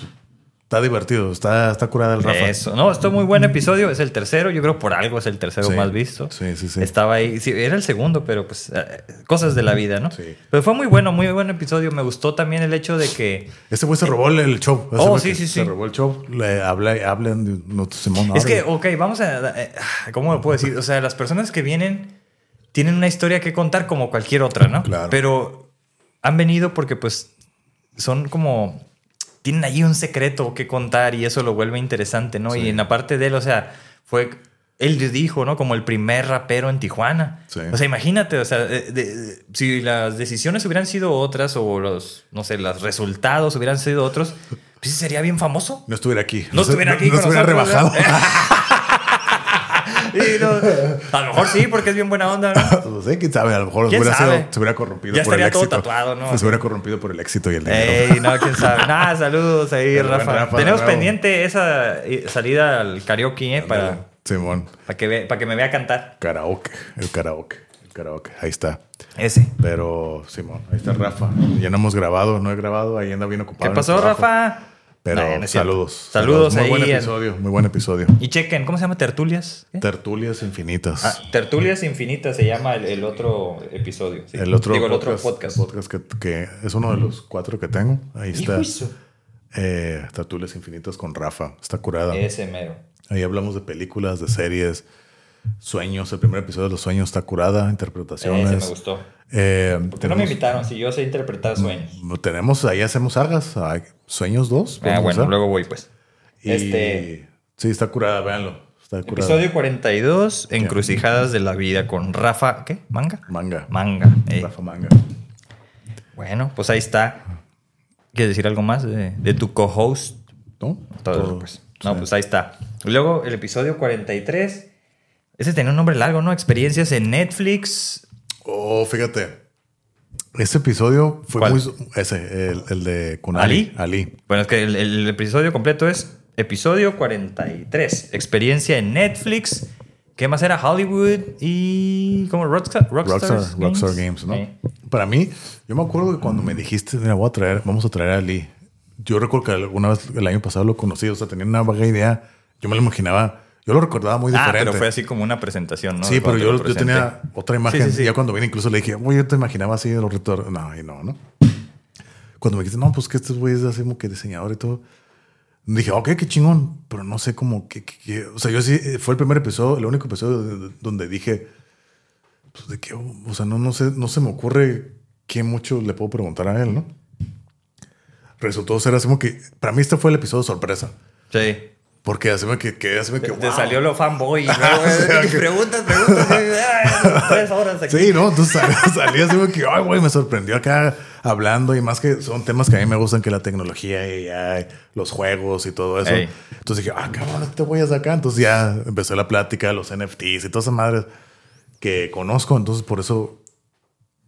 está divertido, está, está curada el Rafa. Eso. No, esto muy buen episodio. Es el tercero. Yo creo por algo es el tercero Sí. más visto. Sí, sí, sí. Estaba ahí. Sí, era el segundo, pero pues eh, cosas de la vida, ¿no? Sí. Pero fue muy bueno, muy buen episodio. Me gustó también el hecho de que. Este güey se robó el, el show. Ese Oh, güey sí, que sí, se sí. robó el show. Le hablé, hablen de no, Simón. Es que, órale. ok, vamos a. eh, ¿Cómo lo puedo decir? O sea, las personas que vienen tienen una historia que contar como cualquier otra, ¿no? Claro. Pero han venido porque, pues, son como. Tienen ahí un secreto que contar y eso lo vuelve interesante, ¿no? Y en la parte de él, o sea, fue. Él dijo, ¿no? Como el primer rapero en Tijuana. Sí. O sea, imagínate, o sea, de- de- de- si las decisiones hubieran sido otras o los, no sé, los resultados hubieran sido otros, pues sería bien famoso. No estuviera aquí. No se- estuviera aquí No, con estuviera nosotros, ¿eh? rebajado. [LAUGHS] Y no- a lo mejor sí, porque es bien buena onda, ¿no? [LAUGHS] [LAUGHS] No sé, quién sabe, a lo mejor ¿Quién hubiera sido- sabe? se hubiera corrompido Ya por el estaría todo éxito. tatuado, ¿no? Se hubiera corrompido por el éxito y el dinero. Ey, no, quién sabe. Nada, saludos ahí, El buen Rafa. Rafa, Tenemos bravo. pendiente esa eh, salida al karaoke, ¿eh? Ándale, Para, Simón, para, que ve- para que me vea cantar. karaoke, el karaoke, el karaoke, ahí está. Ese. Pero, Simón, ahí está Rafa. Ya no hemos grabado, no he grabado, ahí anda bien ocupado. ¿Qué en el pasó, trabajo. Rafa? Pero Nah, no es cierto. saludos. Saludos Muy ahí buen en- episodio, muy buen episodio. Y chequen, ¿cómo se llama? ¿Tertulias? ¿Qué? Tertulias infinitas. Ah, Tertulias Infinitas se llama el, el otro episodio. sí. el otro Digo, el podcast, otro podcast. el podcast que, que es uno de los cuatro que tengo. Ahí Hijo está. de su- Eh, Tertulias infinitas con Rafa. Está curada. Ese mero. Ahí hablamos de películas, de series, sueños. El primer episodio de los sueños está Eh, curada, interpretaciones. Ese me gustó. Eh, ¿Por qué no me tenemos, invitaron si yo sé interpretar sueños? tenemos- ahí hacemos sagas, ah, sueños 2. Ah, podemos bueno, hacer. luego voy pues. Y- este- Sí, está curada, véanlo. Está curada. Episodio 42, Encrucijadas de la Vida con Rafa, ¿qué? ¿Manga? Manga. Manga. ey. Rafa Manga. Bueno, pues ahí está. ¿Quieres decir algo más de, de tu co-host? ¿No? Todo, Todo. pues. No, pues ahí está. Luego el episodio 43. Ese tenía un nombre largo, ¿no? Experiencias en Netflix. Oh, fíjate. Ese episodio fue ¿Cuál? muy. Ese, el, el de con Ali. Ali. Bueno, es que el, el episodio completo es episodio 43. Experiencia en Netflix. ¿Qué más era? Hollywood y... ¿Cómo? Rockstar, Rockstar, Rockstar, Rockstar Games, ¿no? Sí. Para mí, yo me acuerdo que cuando me dijiste, mira, voy a traer, vamos a traer a Lee. Yo recuerdo que alguna vez el año pasado lo conocí, o sea, tenía una vaga idea. Yo me lo imaginaba, yo lo recordaba muy Ah, diferente. pero fue así como una presentación, ¿no? sí, De pero cuando te yo, lo yo presenté. tenía otra imagen. Sí, sí, sí. Y ya cuando vine, incluso le dije, oye, yo te imaginaba así los retornos. No, y no, ¿no? Cuando me dijiste, no, pues que este güey es así como que diseñador y todo. Dije, ok, qué chingón, pero no sé cómo que, que- que- O sea, yo sí, eh, fue el primer episodio, el único episodio de- donde dije, pues de qué, o sea, no, no, sé, no se me ocurre qué mucho le puedo preguntar a él, ¿no? Resultó ser así como que, para mí este fue el episodio sorpresa, Sí. porque así como que, que, así como que, Te wow. salió [LAUGHS] lo fanboy. ¿no? O sea, Y que- Preguntas, preguntas. ay, Tres horas aquí. Sí, no, entonces sal- [LAUGHS] salí así como que, ay, güey, me sorprendió acá hablando y más que son temas que a mí me gustan, que la tecnología y ay, los juegos y todo eso. Ey. Entonces dije, ah, cabrón, este voy a sacar. Entonces ya empezó la plática, los NFTs y todas esas madres que conozco. Entonces por eso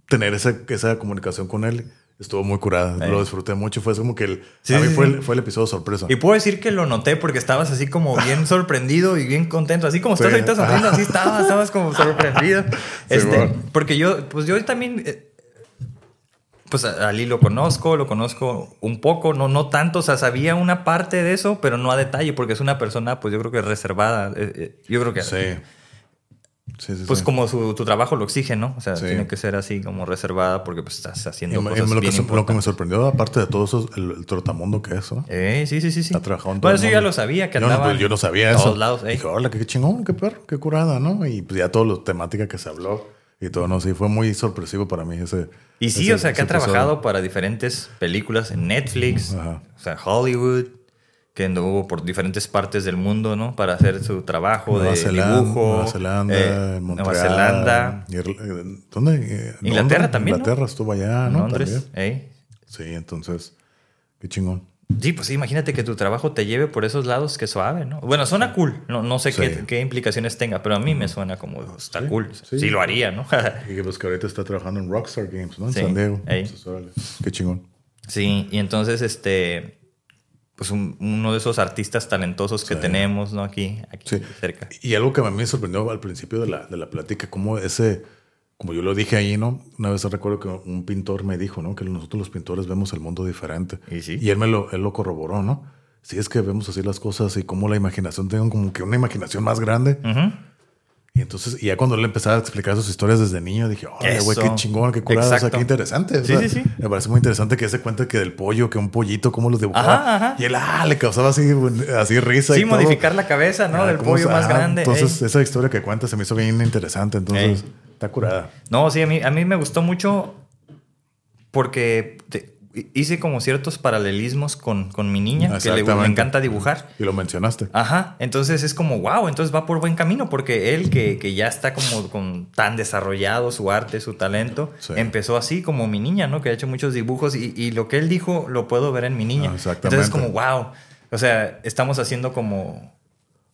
tener esa, esa comunicación con él estuvo muy curada. Ey. Lo disfruté mucho. Fue así como que el, Sí, a mí sí, fue, sí. El, fue el episodio sorpresa. Y puedo decir que lo noté porque estabas así como [LAUGHS] bien sorprendido y bien contento. Así como estás Sí. ahorita [LAUGHS] sonriendo, así estabas, estabas como sorprendido. Este, bueno. Porque yo, pues yo también eh, pues a Ali lo conozco, lo conozco un poco, no, no tanto, o sea, sabía una parte de eso, pero no a detalle, porque es una persona, pues yo creo que reservada, eh, eh, yo creo que... Sí. Sí, sí, Pues sí. como su, tu trabajo lo exige, ¿no? O sea, Sí. tiene que ser así como reservada porque pues estás Y- haciendo y cosas lo, que, bien so- lo que me importantes. sorprendió, aparte de todo eso, el, el trotamundo que es, ¿no? Eh, sí, sí, sí, sí. Ha trabajado en todo el Bueno, eso yo ya mundo. lo sabía, que yo, no, andaba pues, yo no sabía en eso. todos lados. eh. Dije, hola, qué chingón, qué perro, qué curada, ¿no? Y pues ya toda la temática que se habló y todo, no, sí, fue muy sorpresivo para mí ese. Y sí, ese- o sea, ese que ha episodio. trabajado para diferentes películas en Netflix, Ajá. o sea, Hollywood, que anduvo por diferentes partes del mundo, ¿no? Para hacer su trabajo Nueva de Zelanda, dibujo. Nueva Zelanda, eh, Montreal, Nueva Zelanda, Irla- eh, ¿Dónde? Eh, Inglaterra Londres, también, ¿no? Inglaterra estuvo allá, Ah, ¿no? Londres. También. eh. Sí, entonces, qué chingón. Sí, pues sí, imagínate que tu trabajo te lleve por esos lados, que suave, ¿no? Bueno, suena cool, no, no sé Sí. qué, qué implicaciones tenga, pero a mí me suena como, está Sí, cool, sí. sí. lo haría, ¿no? [LAUGHS] Y que, pues que ahorita está trabajando en Rockstar Games, ¿no? En Sí, San Diego. ahí. Entonces, órale, qué chingón. Sí, y entonces este, pues un- uno de esos artistas talentosos que Sí. tenemos, ¿no? Aquí, aquí Sí. cerca. Y algo que a mí me sorprendió al principio de la, de la plática, como ese, como yo lo dije ahí, ¿no? Una vez recuerdo que un pintor me dijo, ¿no? Que nosotros los pintores vemos el mundo diferente. Y sí. Y él me lo, él lo corroboró, ¿no? Sí, es que vemos así las cosas y como la imaginación, tengo como que una imaginación más grande. Ujú. Y entonces, y ya cuando él empezaba a explicar sus historias desde niño, dije, oye, güey, Eso. qué chingón, qué curada, o sea, Exacto. qué interesante. o Sí, sea, sí, sí. Me parece muy interesante que se cuenta que del pollo, que un pollito, cómo los dibujaba. Ajá, ajá. Y él, ah, le causaba así, así risa. Sí, y todo. modificar la cabeza, ¿no? Ah, Del ¿cómo pollo se- más ajá, grande. Entonces, ey. esa historia que cuenta se me hizo bien interesante. Entonces, Ey. está curada. No, sí, a mí, a mí me gustó mucho porque te- hice como ciertos paralelismos con, con mi niña, que le, le Exactamente. encanta dibujar. Y lo mencionaste. Ajá, entonces es como, wow, entonces va por buen camino, porque él que, que ya está como con tan desarrollado su arte, su talento, Sí. empezó así como mi niña, ¿no? Que ha hecho muchos dibujos y, y lo que él dijo lo puedo ver en mi niña. Ah, exactamente. entonces es como, wow, o sea, estamos haciendo como,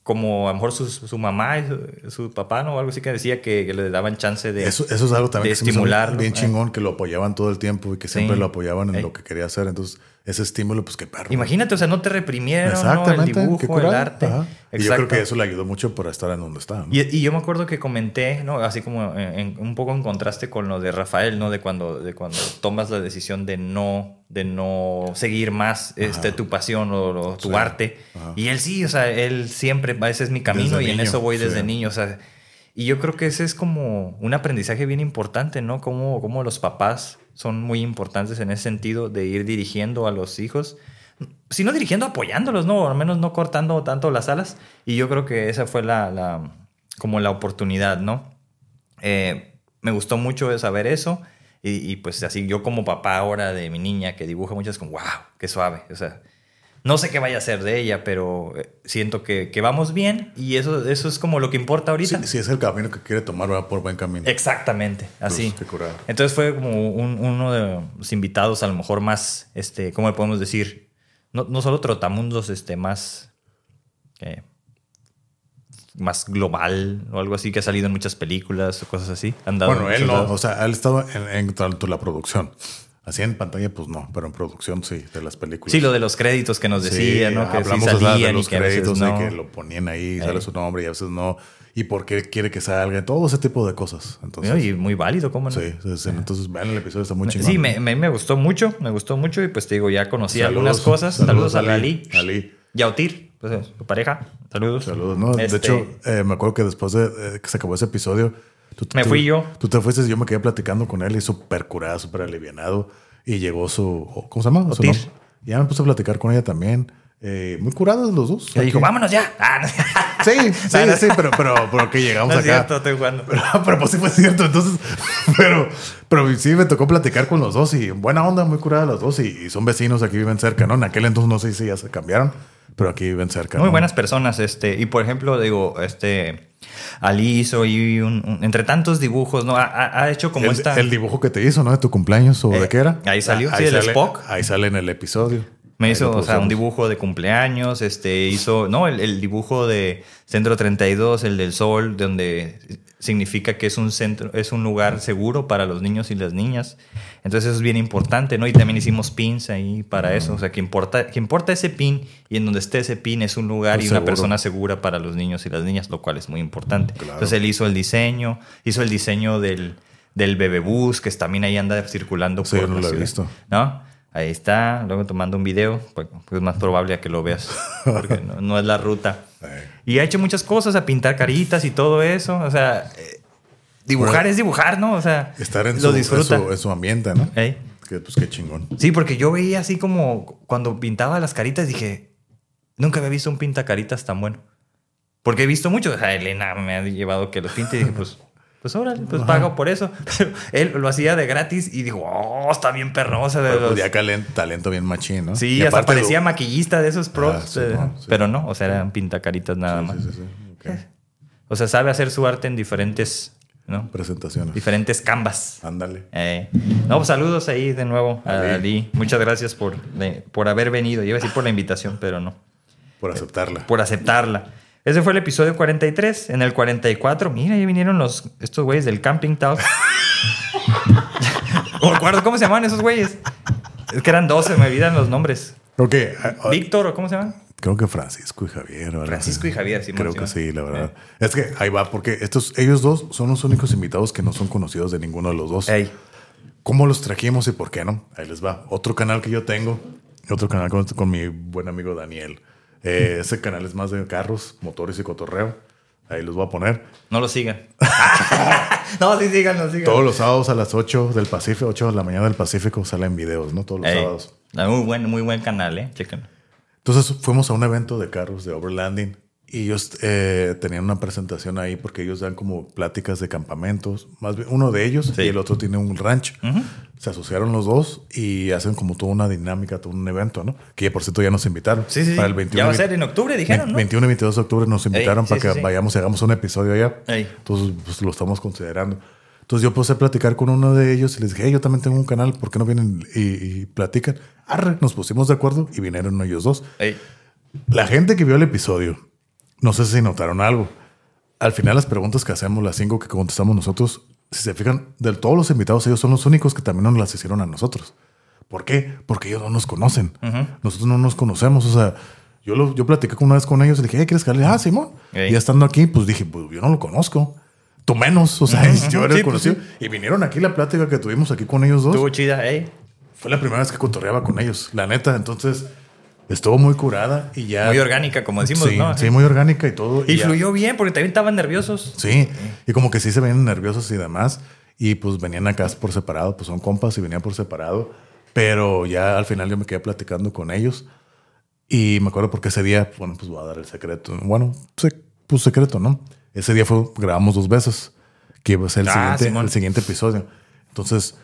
como a lo mejor su, su mamá, y su, su papá, ¿no? O algo así que decía que, que le daban chance de... Eso, eso es algo también de que se me hizo estimularlo, bien eh. chingón, que lo apoyaban todo el tiempo y que siempre Sí. lo apoyaban en Ey. lo que quería hacer. Entonces, ese estímulo, pues qué perro. Imagínate, o sea, no te reprimieron, ¿no? El qué dibujo, el curada. arte. Ajá. Y yo creo Exacto. que eso le ayudó mucho para estar en donde está. ¿no? Y, y yo me acuerdo que comenté, ¿no? Así como en- en- un poco en contraste con lo de Rafael, ¿no? De cuando, de cuando tomas la decisión de no, de no seguir más este, tu pasión o, o tu Sí. arte. Ajá. Y él sí, o sea, él siempre, va, ese es mi camino Desde y en niño, eso voy sí. desde niño, o sea. Y yo creo que ese es como un aprendizaje bien importante, ¿no? Como, como los papás son muy importantes en ese sentido de ir dirigiendo a los hijos sino dirigiendo, apoyándolos, ¿no? O al menos no cortando tanto las alas. Y yo creo que esa fue la, la- como la oportunidad, ¿no? Eh, me gustó mucho saber eso. Y, y, pues así yo como papá ahora de mi niña que dibuja muchas con, wow, qué suave. O sea, no sé qué vaya a ser de ella, pero eh, siento que, que vamos bien y eso, eso es como lo que importa ahorita. si, si es el camino que quiere tomar, va por buen camino. Exactamente, así. Pues, qué curada. Entonces fue como un- uno de los invitados, a lo mejor más, este, ¿cómo le podemos decir? No, no solo trotamundos, este, más. eh, más global o algo así, que ha salido en muchas películas o cosas así. Han dado Bueno, en él muchos no. lados. O sea, él estaba en, en tanto la producción. Así en pantalla, pues no, pero en producción sí, de las películas. Sí, lo de los créditos que nos Pues, Sí, decía, ¿no? Que sí hablamos o sea, de salían y los que a veces créditos no. y que lo ponían ahí, sale su nombre y a veces no. Y por qué quiere que salga, todo ese tipo de cosas. Entonces, No, Y muy válido, ¿cómo no? sí, sí, sí, entonces vean el episodio, está muy chingón. Sí, me, me- me gustó mucho, me gustó mucho y pues te digo, ya conocí Saludos, algunas cosas. saludos Saludos, a Ali. Ali. Y a Otir, pues, su pareja. Saludos. Saludos, ¿no? De Este, hecho, eh, me acuerdo que después de eh, que se acabó ese episodio, tú, Me tú- fui yo. Tú te fuiste y yo me quedé platicando con él y súper curada, súper alivianado. Y llegó su, ¿cómo se llama? Su Otir. nombre. Ya me puse a platicar con ella también. Eh, muy curados los dos. le dijo, Aquí. vámonos ya. [LAUGHS] Ah, no. Sí, [LAUGHS] sí, no. sí, pero, pero, pero que llegamos No es acá. cierto, estoy jugando. Pero, [LAUGHS] pero pues sí fue cierto, entonces, [LAUGHS] pero, pero sí me tocó platicar con los dos y buena onda, muy curada los dos y, y son vecinos, aquí viven cerca, ¿no? En aquel entonces no sé si ya se cambiaron, pero aquí viven cerca. Muy ¿no? buenas personas, este. Y por ejemplo, digo, este. Ali hizo ahí un, un- entre tantos dibujos, ¿no? Ha, ha- ha hecho como El, esta. el dibujo que te hizo, ¿no? De tu cumpleaños o de Eh, qué era. ahí salió, Ah, sí, el sale- Spock. Ahí sale en el episodio. me Ahí hizo, lo o sea, un pusimos. dibujo de cumpleaños, este, hizo, no, el, el dibujo de Centro 32, el del sol, donde significa que es un centro, es un lugar seguro para los niños y las niñas. Entonces eso es bien importante, ¿no? Y también hicimos pins ahí para eso, o sea, que importa, que importa ese pin y en donde esté ese pin es un lugar Pues y seguro. una persona segura para los niños y las niñas, lo cual es muy importante. Claro. Entonces él hizo el diseño, hizo el diseño del del bebebús, que también ahí anda circulando Sí, no la lo he ciudad, visto. ¿No? Ahí está, luego tomando un video, pues es más probable a que lo veas, porque no, no es la ruta. Eh, Y ha hecho muchas cosas, a pintar caritas y todo eso, o sea, eh, dibujar Bueno. es dibujar, ¿no? O sea, Estar en lo su, en disfruta. su- en su ambiente, ¿no? Ey. Que, pues qué chingón. Sí, porque yo veía así como cuando pintaba las caritas, dije, nunca había visto un pintacaritas tan bueno. Porque he visto mucho, o sea, Elena me ha llevado que los pinte y dije, pues, pues órale, pues pago por eso. [LAUGHS] Pero él lo hacía de gratis y digo, oh, está bien perrosa de Pero, pues, los... ya calen- talento bien machín, ¿no? Sí, Y hasta aparte lo- Ah, parecía maquillista de esos props. sí, eh, no, sí. Pero no, o sea, eran pintacaritas nada más. Sí, sí, sí. ok. O sea, sabe hacer su arte en diferentes, ¿no? Presentaciones. Diferentes canvas. Ándale. Eh, no, pues, saludos ahí de nuevo a Ali. Ali. Muchas gracias por, de- por haber venido. Yo iba a decir por la invitación, pero no. Eh, Por aceptarla. Por aceptarla. Ese fue el episodio 43. En el 44, mira, ya vinieron los, estos güeyes del [LAUGHS] Camping Talk. No me acuerdo, ¿Cómo se llaman esos güeyes? Es que eran 12, me olvidan los nombres. Creo que, ah, ah, Víctor, ¿o ¿cómo se llaman? creo que Francisco y Javier. o algo Francisco así. y Javier, sí, Eh. Creo sí, que sí. sí, la verdad. Es que ahí va, porque estos, ellos dos son los únicos invitados que no son conocidos de ninguno de los dos. Ey, ¿Cómo los trajimos y por qué no? Ahí les va. Otro canal que yo tengo, otro canal con, con mi buen amigo Daniel. Eh, ese canal es más de carros, motores y cotorreo. Ahí los voy a poner. no lo sigan. [LAUGHS] no, sí, síganlo, síganlo. Todos los sábados a las 8 del Pacífico, 8 de la mañana del Pacífico salen videos, ¿no? Todos los Ey, Ah, sábados. Muy buen, muy buen canal, ¿eh? Chéquenlo. Entonces fuimos a un evento de carros de Overlanding y ellos eh, tenían una presentación ahí porque ellos dan como pláticas de campamentos. Más bien, uno de ellos Sí. y el otro tiene un rancho. Ujú. Se asociaron los dos y hacen como toda una dinámica, todo un evento, ¿no? Que por cierto ya nos invitaron. Sí, sí, sí. Para el 21 ya va a y- ser en octubre, dijeron, ve- ¿no? 21 y 22 de octubre nos invitaron sí, para sí, que sí. vayamos y hagamos un episodio allá. Ey. Entonces pues, lo estamos considerando. Entonces yo puse a platicar con uno de ellos y les dije, "Hey, yo también tengo un canal, ¿por qué no vienen y, y platican? Arre, nos pusimos de acuerdo y vinieron ellos dos. Ey, La gente que vio el episodio, no sé si notaron algo. Al final las preguntas que hacemos, las cinco que contestamos nosotros, si se fijan, de todos los invitados, ellos son los únicos que también nos las hicieron a nosotros. ¿Por qué? Porque ellos no nos conocen. Nosotros no nos conocemos. O sea, yo, lo, yo platiqué con- una vez con ellos y le dije, "Hey, ¿quieres que hable? Ah, Simón. Ey. Y ya estando aquí, pues dije, pues yo no lo conozco. Tú menos. O sea, [LAUGHS] yo era Sí, el pues, conocido. Y vinieron aquí la plática que tuvimos aquí con ellos dos. Estuvo chida, ey. Fue la primera vez que cotorreaba con ellos, la neta. Entonces, estuvo muy curada y ya. Muy orgánica, como decimos, Ah, sí, ¿no? sí, muy orgánica y todo. Y ya. fluyó bien porque también estaban nerviosos. Sí, y como que sí se venían nerviosos y demás. Y pues venían acá por separado, pues son compas y venían por separado. Pero ya al final yo me quedé platicando con ellos. Y me acuerdo porque ese día, bueno, pues voy a dar el secreto. Bueno, se- pues secreto, ¿no? Ese día fue, grabamos dos veces, que iba a ser el, Ah, siguiente, Simón. el siguiente episodio. Entonces,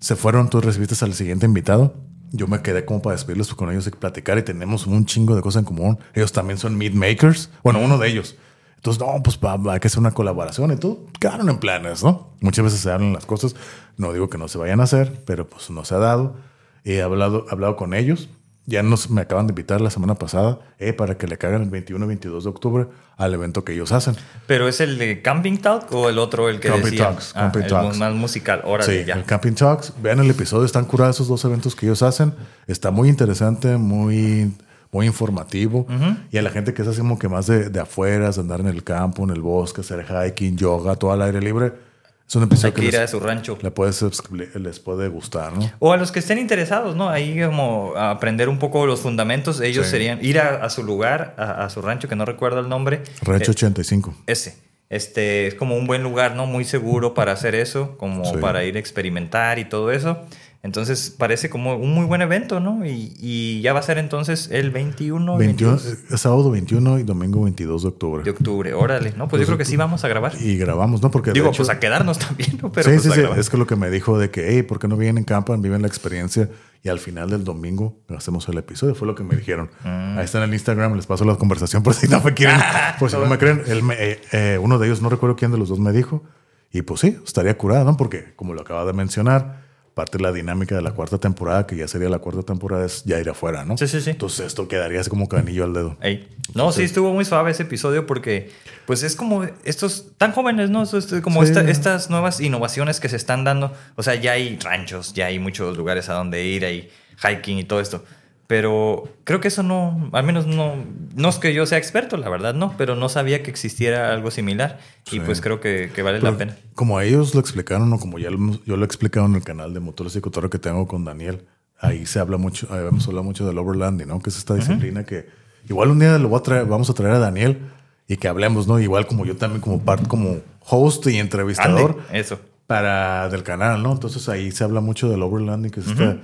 se fueron, tú recibiste al siguiente invitado. Yo me quedé como para despedirlos con ellos y platicar y tenemos un chingo de cosas en común. Ellos también son meat makers. Bueno, uno de ellos. Entonces, no, pues pa- hay que hacer una colaboración y todo. Quedaron en planes, ¿no? Muchas veces se hablan las cosas. No digo que no se vayan a hacer, pero pues no se ha dado. He hablado, hablado con ellos. Ya nos, me acaban de invitar la semana pasada eh, para que le cagan el 21 y 22 de octubre al evento que ellos hacen. Pero es el de Camping Talk o el otro, el que Camping decía. Talks, Camping el Talks. más musical. Órale, Sí, ya. el Camping Talks. Vean el episodio, están curados esos dos eventos que ellos hacen. Está muy interesante, muy, muy informativo. Y a la gente que es así como que más de, de afueras, de andar en el campo, en el bosque, hacer hiking, yoga, todo al aire libre. Es un Hay episodio que que ir a les, su rancho. le puede ser- le- les puede gustar, ¿no? O a los que estén interesados, ¿no? Ahí como a aprender un poco los fundamentos. Ellos Sí. serían ir a, a su lugar, a, a su rancho, que no recuerdo el nombre. Rancho Eh, 85. ese. Este es como un buen lugar, ¿no? Muy seguro para hacer eso, como Sí. para ir a experimentar y todo eso. Entonces parece como un muy buen evento, ¿no? Y, y ya va a ser entonces el 21, 21, 22 eh, sábado 21 y domingo 22 de octubre. de octubre. Órale, ¿no? Pues yo creo que sí vamos a grabar. Y grabamos, ¿no? Porque de Digo, hecho- pues a quedarnos [LAUGHS] también, ¿no? Pero sí, pues, sí, a sí. grabar. Es que lo que me dijo de que, hey, ¿por qué no vienen, campan, viven la experiencia? Y al final del domingo hacemos el episodio. Fue lo que me dijeron. Mm. Ahí está en el Instagram, les paso la conversación por si no me [LAUGHS] quieren, por si no me creen. Él me- eh, eh, uno de ellos, no recuerdo quién de los dos me dijo. Y pues sí, estaría curada, ¿no? Porque, como lo acaba de mencionar, parte de la dinámica de la cuarta temporada, que ya sería la cuarta temporada, es ya ir afuera, ¿no? Sí, sí, sí. Entonces esto quedaría así como canillo al dedo. Ey. No, sí, estuvo muy suave ese episodio porque, pues es como estos tan jóvenes, ¿no? Esto es Como Sí. esta- estas nuevas innovaciones que se están dando. O sea, ya hay ranchos, ya hay muchos lugares a donde ir, hay hiking y todo esto. Pero creo que eso no, al menos no, no es que yo sea experto, la verdad, no, pero no sabía que existiera algo similar Sí. y pues creo que, que vale la Pero pena. Como ellos lo explicaron, o como ya lo- yo lo he explicado en el canal de Motores y Cotorreo que tengo con Daniel, ahí se habla mucho, eh, hemos hablado mucho del overlanding, ¿no? Que es esta disciplina que igual un día lo voy a traer, vamos a traer a Daniel y que hablemos, ¿no? Igual como yo también, como parte, como host y entrevistador Ande, eso. para del canal, ¿no? Entonces ahí se habla mucho del overlanding, que es esta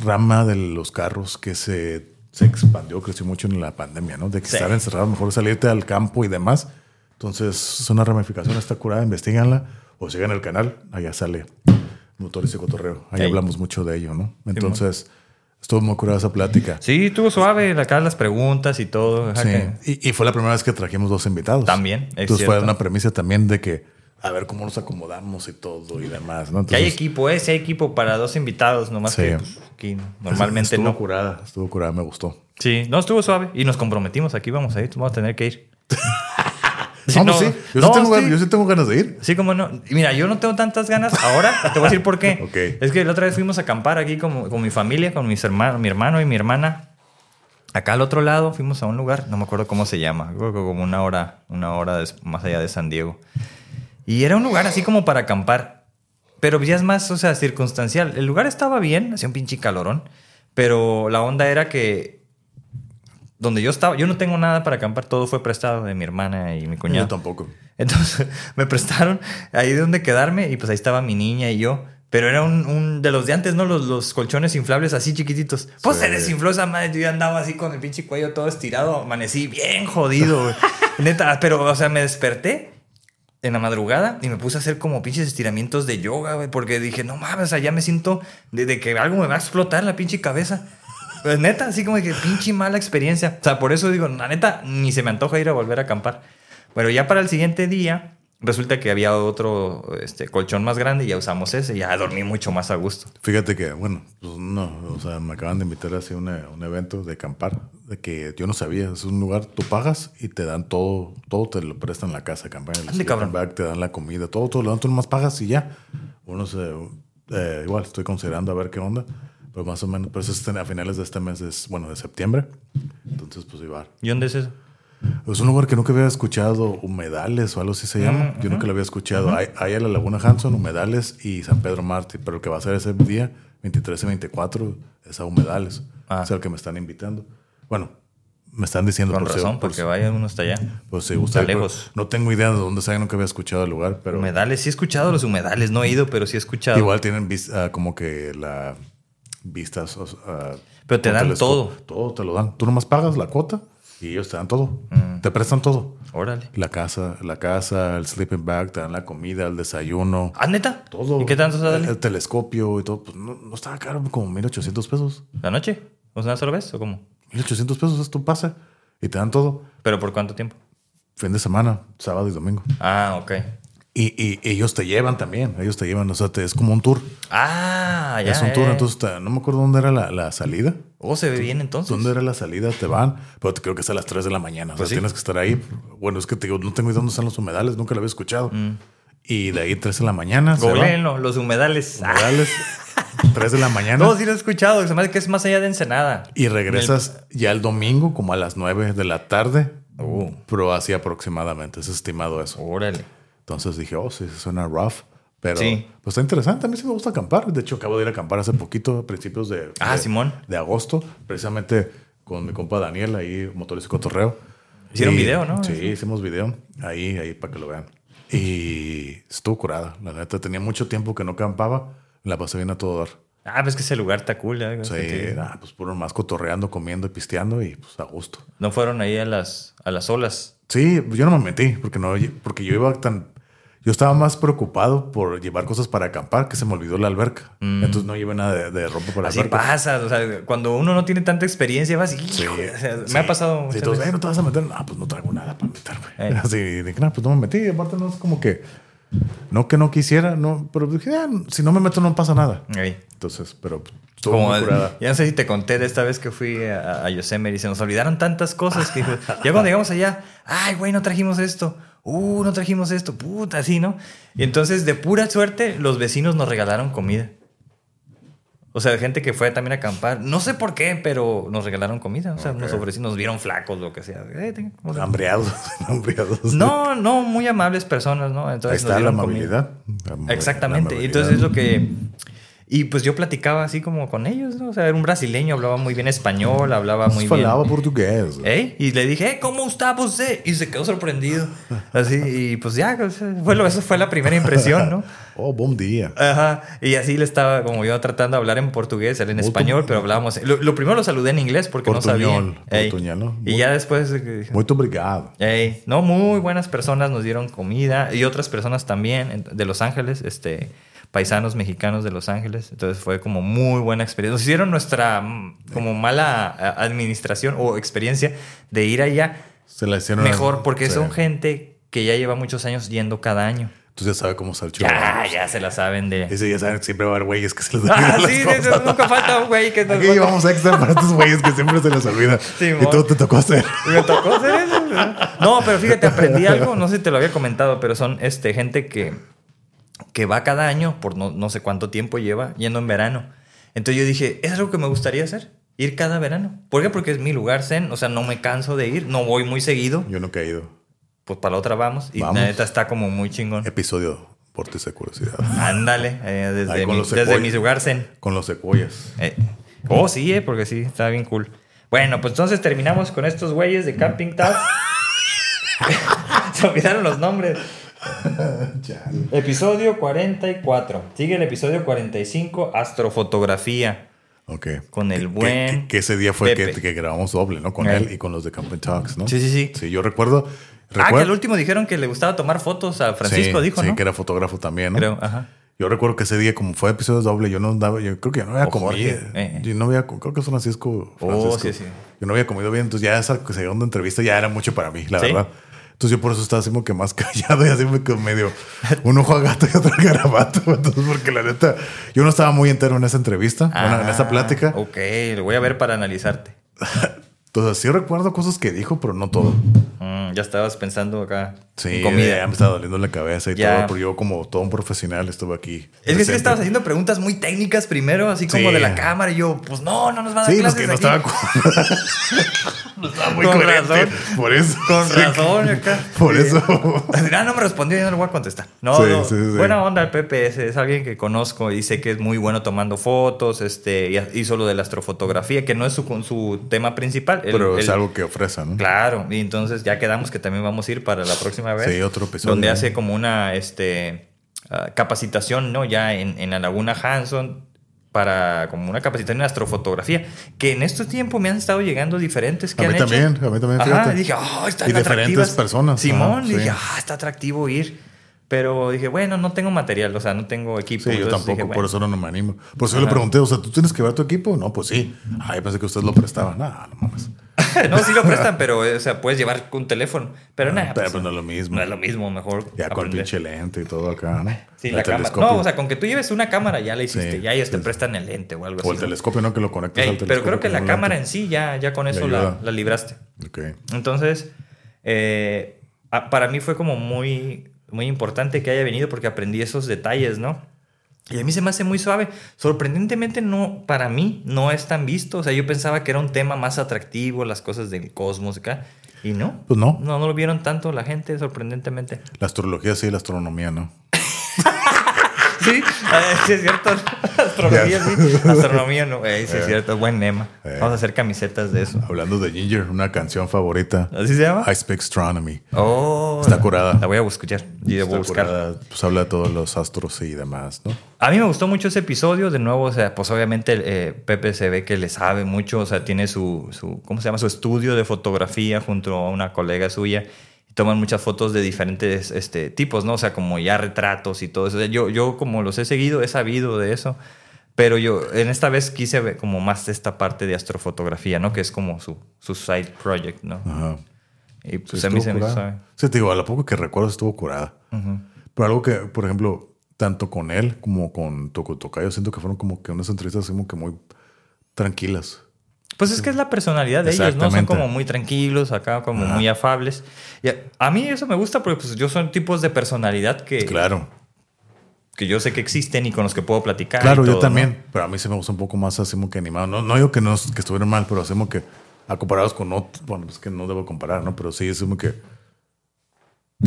rama de los carros que se, se expandió, creció mucho en la pandemia, ¿no? De que Sí. estar encerrado, mejor salirte al campo y demás. Entonces es una ramificación, está curada, investiganla o sigan el canal, allá sale Motores y Cotorreo. Ahí Ey. hablamos mucho de ello, ¿no? Entonces estuvo muy curada esa plática. Sí, estuvo suave, acá las preguntas y todo. ajá, Sí. que- Y, y fue la primera vez que trajimos dos invitados. También, es Entonces fue cierto. una premisa también de que a ver cómo nos acomodamos y todo y demás, ¿no? Que hay Entonces- equipo, ¿eh? Sí hay equipo para dos invitados, nomás Sí. que pues, aquí normalmente estuvo no. curada, estuvo curada, me gustó. [LAUGHS] Sí, no, estuvo suave. Y nos comprometimos, aquí vamos a ir, vamos a tener [LAUGHS] que ir. No, pues sí. Yo, no, sí tengo, ganas- sí. yo sí tengo ganas de ir. Sí, como no. Y Mira, yo no tengo tantas ganas ahora. Te voy a decir por qué. Ok. Es que la otra vez fuimos a acampar aquí con, con mi familia, con mis hermanos, mi hermano y mi hermana. Acá al otro lado fuimos a un lugar, no me acuerdo cómo se llama, creo que como una hora, una hora des- más allá de San Diego. Y era un lugar así como para acampar, pero ya es más, o sea, circunstancial. El lugar estaba bien, hacía un pinche calorón, pero la onda era que donde yo estaba, yo no tengo nada para acampar, todo fue prestado de mi hermana y mi cuñado. Yo tampoco. Entonces [LAUGHS] me prestaron ahí de donde quedarme y pues ahí estaba mi niña y yo. Pero era un, un- de los de antes, ¿no? Los, los colchones inflables así chiquititos. Pues Sí. se desinfló esa madre. Yo ya andaba así con el pinche cuello todo estirado. Amanecí bien jodido, güey. Neta, pero, o sea, me desperté en la madrugada y me puse a hacer como pinches estiramientos de yoga, güey. Porque dije, no mames, o sea, ya me siento de, de que algo me va a explotar la pinche cabeza. [LAUGHS] Pues neta, así como que pinche mala experiencia. O sea, por eso digo, la neta, ni se me antoja ir a volver a acampar. Pero ya para el siguiente día, resulta que había otro este, colchón más grande y ya usamos ese. Ya dormí mucho más a gusto. Fíjate que, bueno, pues no, o sea, me acaban de invitar así a una- un evento de acampar, de que yo no sabía, es un lugar, tú pagas y te dan todo, todo te lo prestan en la casa, acampar, en el Ande, cabrón. sleeping bag, te dan la comida, todo, todo, lo dan, tú nomás pagas y ya. Uno se, eh, igual, estoy considerando a ver qué onda, pero más o menos, pues es a finales de este mes, es, bueno, de septiembre, entonces pues iba ¿Y dónde es eso? Es un lugar que nunca había escuchado, Humedales o algo así Mm, se llama. Yo nunca lo había escuchado. Hay, hay en la Laguna Hanson, Humedales y San Pedro Mártir, pero el que va a ser ese día, 23 y 24, es a Humedales. Ah. Es el que me están invitando. Bueno, me están diciendo. Con por si- razón, por porque vaya uno hasta allá. si- por si gusta. Está Pero lejos. No tengo idea de dónde sea, nunca había escuchado el lugar, pero Humedales, sí he escuchado los humedales, no he ido, pero sí he escuchado. igual tienen vis- ah, como que la vistas. o sea, ah, Pero te con dan telesco- todo. Todo te lo dan. Tú nomás pagas la cuota y ellos te dan todo. Mm. Te prestan todo. Órale. La casa, la casa, el sleeping bag, te dan la comida, el desayuno. ¿Ah, neta? Todo. ¿Y qué tanto El, sale? el telescopio y todo. Pues no, no estaba caro, como 1800 pesos. ¿La noche? ¿O sea, una sola vez o cómo? 1800 pesos es tu pase. Y te dan todo. ¿Pero por cuánto tiempo? Fin de semana, sábado y domingo. Ah, ok. Y, y- y ellos te llevan también. Ellos te llevan. O sea, te- es como un tour. Ah, ya. es un ya, tour. ya. Entonces, te- no me acuerdo dónde era la, la salida. Oh, se ve bien entonces. ¿Dónde era la salida? Te van, pero te- creo que es a las 3 de la mañana. O sea, Pues sí. tienes que estar ahí. Bueno, es que te digo, no tengo idea dónde están los humedales, nunca lo había escuchado. Mm. Y de ahí 3 de la mañana. se van. Googleenlo, los humedales. Ah, Humedales, 3 de la mañana. no, sí lo he escuchado. Se me hace que es más allá de Ensenada. Y regresas ya el domingo, como a las 9 de la tarde, Oh, pero así aproximadamente. Es estimado eso. órale. Entonces dije, oh, sí, suena rough. Pero Sí. pues está interesante. A mí sí me gusta acampar. De hecho, acabo de ir a acampar hace poquito, a principios de, Ah, de- Simón. de agosto, precisamente con mi compa Daniel ahí, Motores y Cotorreo. Hicieron Y- video, ¿no? Sí, hicimos video. Ahí, ahí para que lo vean. Y estuvo curada. La neta, tenía mucho tiempo que no acampaba. La pasé bien a todo dar. Ah, pues que ese lugar está cool. ¿eh? Sí, Que- ah, pues puro más cotorreando, comiendo y pisteando y pues a gusto. No fueron ahí a las, a las olas. Sí, yo no me metí porque no, porque yo iba tan, yo estaba más preocupado por llevar cosas para acampar que se me olvidó la alberca. Entonces no llevé nada de, de ropa para Así alberca. pasa. O sea, cuando uno no tiene tanta experiencia, vas y. Sí, híjole, o sea, me sí. ha pasado. Sí, muchas entonces, veces. "Eh, no te vas a meter. Ah, pues no traigo nada para meterme. Ey. Así dije, no, pues no me metí. Aparte no es como que, no que no quisiera, no, pero dije, "Ah, si no me meto no pasa nada. Ahí. Entonces, pero estuvo Mm. Como, muy curada. ya no sé si te conté de esta vez que fui a, a Yosemite y se nos olvidaron tantas [LAUGHS] cosas que dijo, ya cuando llegamos allá, ay, güey, no trajimos esto, uh, no trajimos esto, puta, así, ¿no? Y entonces, de pura suerte, los vecinos nos regalaron comida. O O sea, de gente que fue también a acampar. No sé por qué, pero nos regalaron comida. O sea, nos ofrecieron, nos vieron flacos, lo que sea. Eh, tengan- o sea, Hambreados, [LAUGHS] hambreados. no, no, muy amables personas, ¿no? Ahí Entonces nos está la dieron comida. amabilidad. La Exactamente. amabilidad. Entonces es lo que. Y pues yo platicaba así como con ellos, ¿no? O sea, era un brasileño, hablaba muy bien español, Pues hablaba muy bien. Falaba portugués. ¿Eh? Y le dije, "Eh, ¿cómo está usted? Y se quedó sorprendido. Así, y pues ya, o sea, fue lo- esa fue la primera [LAUGHS] impresión, ¿no? Oh, buen día. Ajá. Y así le estaba como yo tratando de hablar en portugués, él en Muy español, tu- pero hablábamos. Lo, lo primero lo saludé en inglés porque no Portuñol, sabía. Ey. portuñol, ¿no? Y Muy- ya después. eh, dije, Muy obrigado. Ey, no, muy buenas personas nos dieron comida y otras personas también en- de Los Ángeles, este, paisanos mexicanos de Los Ángeles. Entonces fue como muy buena experiencia. Nos hicieron nuestra mm, como mala a- administración o experiencia de ir allá Se la hicieron. mejor porque Sí. son gente que ya lleva muchos años yendo cada año. Entonces ya sabe cómo está el show. Ya, ya se la saben de... Ese ya saben que siempre va a haber güeyes que se les olvidan [LAUGHS] Ah, las sí, cosas. eso nunca falta un güey que nos Aquí va- llevamos extra para estos güeyes que siempre se les olvida. y Simón. todo te tocó hacer. Me tocó hacer eso. ¿verdad? No, pero fíjate, aprendí algo. No sé si te lo había comentado, pero son este, gente que, que va cada año, por no, no sé cuánto tiempo lleva, yendo en verano. Entonces yo dije, es algo que me gustaría hacer, ir cada verano. ¿Por qué? Porque es mi lugar zen, o sea, no me canso de ir, no voy muy seguido, Yo nunca he ido. pues para la otra vamos. Y Vamos. la neta está como muy chingón. Episodio Vórtice de Curiosidad. Ándale, eh, Ahí desde, con mi, los desde secuoyas. mi lugar zen. Con los secuoyas. Eh, Oh, sí, eh, porque sí, está bien cool. Bueno, pues entonces terminamos con estos güeyes de Camping Tab. [LAUGHS] Se olvidaron los nombres. Episodio 44. Sigue el episodio 45, Astrofotografía. Ok. Con el Que- buen Que, que ese día fue que, Pepe. que grabamos doble, ¿no? Con Eh. él y con los de Camping Talks, ¿no? Sí, sí, sí. Sí, yo recuerdo. Ah, que recuerdo- el último dijeron que le gustaba tomar fotos a Francisco, sí, dijo, sí, ¿no? que era fotógrafo también, ¿no? Creo, ajá. Yo recuerdo que ese día, como fue episodio doble, yo no andaba, yo creo que yo no había Ojo, comido. oye, eh. Yo no había, co- creo que es Francisco. Oh, Francisco. sí, sí. Yo no había comido bien, entonces ya esa segunda entrevista ya era mucho para mí, la ¿Sí? verdad. Entonces yo por eso estaba así como que más [LAUGHS] callado y así me quedo medio un ojo a gato y otro [LAUGHS] a garabato. Entonces, porque la neta, yo no estaba muy entero en esa entrevista, bueno, en esa Ah, plática. Ok, lo voy a ver para analizarte. Entonces sí recuerdo cosas que dijo, pero no todo. Mm, ya estabas pensando acá. Sí, en ya me estaba doliendo la cabeza y Ya. todo, pero yo como todo un profesional estuve aquí. Es que sí presente. estabas haciendo preguntas muy técnicas primero, así como Sí. de la cámara, y yo, pues no, no nos va a dar Sí, pues clases que no aquí. estaba, [LAUGHS] no estaba muy Con coherente. razón. Por eso. Con [LAUGHS] Sí, razón acá. Por Sí. eso. [LAUGHS] Así, Ah, no me respondió, yo no le voy a contestar. No, Sí, no. sí, sí. buena onda el Pepe, es, es alguien que conozco y sé que es muy bueno tomando fotos, este, y hizo lo de la astrofotografía, que no es su, con su tema principal. El- Pero es el- algo que ofrece, ¿no? Claro, y entonces ya quedamos que también vamos a ir para la próxima vez. Sí, otro episodio. Donde hace como una este, ah, capacitación, ¿no? Ya en, en la Laguna Hanson para como una capacitación en astrofotografía, que en estos tiempos me han estado llegando diferentes que A han mí hecho. también, a mí también, Ajá, fíjate. dije, oh, están Y diferentes atractivas". personas, Simón, ajá, dije, sí. ah, está atractivo ir. Pero dije, bueno, no tengo material, o sea, no tengo equipo. Sí, yo Entonces tampoco, dije, por bueno. eso no me animo. Por eso yo le pregunté, o sea, ¿tú tienes que ver tu equipo? No, pues sí. Ay, pensé que ustedes lo prestaban. No, no mames. [LAUGHS] no, sí lo prestan, pero, o sea, puedes llevar un teléfono. Pero nada, Pero pues, pues no es lo mismo. no es lo mismo, mejor. Ya con el aprender. pinche lente y todo acá, ¿no? Sí, El la cámara. telescopio. No, o sea, con que tú lleves una cámara ya la hiciste, Sí, ya ellos sí, te sí. prestan el lente o algo O el así. ¿no? telescopio, ¿no? Que lo conectas Ey, al telescopio. pero creo que con la un cámara en lente. sí ya, ya con eso Le la, ayuda. la libraste. Ok. Entonces, eh, a- para mí fue como muy, muy importante que haya venido porque aprendí esos detalles, ¿no? Y a mí se me hace muy suave. Sorprendentemente, no, para mí no es tan visto. O sea, yo pensaba que era un tema más atractivo, las cosas del cosmos acá. Y no. Pues no. No, no lo vieron tanto la gente, sorprendentemente. La astrología sí, la astronomía, ¿no? Sí, eh, sí es cierto. [LAUGHS] Astronomía, Ya. sí. Astronomía, no. Eh, sí, Eh. es cierto. Buen lema. Eh. Vamos a hacer camisetas de eso. Hablando de Ginger, una canción favorita. ¿Así se llama? I Speak Astronomy. Oh, Está curada. La voy a buscar. Y la voy Está a buscar. curada, Pues habla de todos los astros y demás, ¿no? A mí me gustó mucho ese episodio. De nuevo, o sea, pues obviamente eh, Pepe se ve que le sabe mucho. O sea, tiene su, su, ¿cómo se llama? Su estudio de fotografía junto a una colega suya. Y toman muchas fotos de diferentes este, tipos, ¿no? O sea, como ya retratos y todo eso. O sea, yo, yo como los he seguido, he sabido de eso. Pero yo en esta vez quise ver como más esta parte de astrofotografía, ¿no? Que es como su, su side project, ¿no? Ajá. Y pues Sí, a mí estuvo se me hizo... curada. suave. Sí, te digo, a lo poco que recuerdo estuvo curada. Ujú. Pero algo que, por ejemplo, tanto con él como con Tocotocayo, siento que fueron como que unas entrevistas como que muy tranquilas. Pues es que es la personalidad de ellos, ¿no? Son Exactamente. como muy tranquilos, acá como Ajá. muy afables. Y a, a mí eso me gusta porque pues, yo son tipos de personalidad que, Claro. que yo sé que existen y con los que puedo platicar. y Claro, yo todo, también, ¿no? pero a mí se me gusta un poco más hacemos que animado. No, no digo que, no, que estuvieran mal, pero hacemos que, a comparados con otros, bueno, es que no debo comparar, ¿no? Pero sí, hacemos que,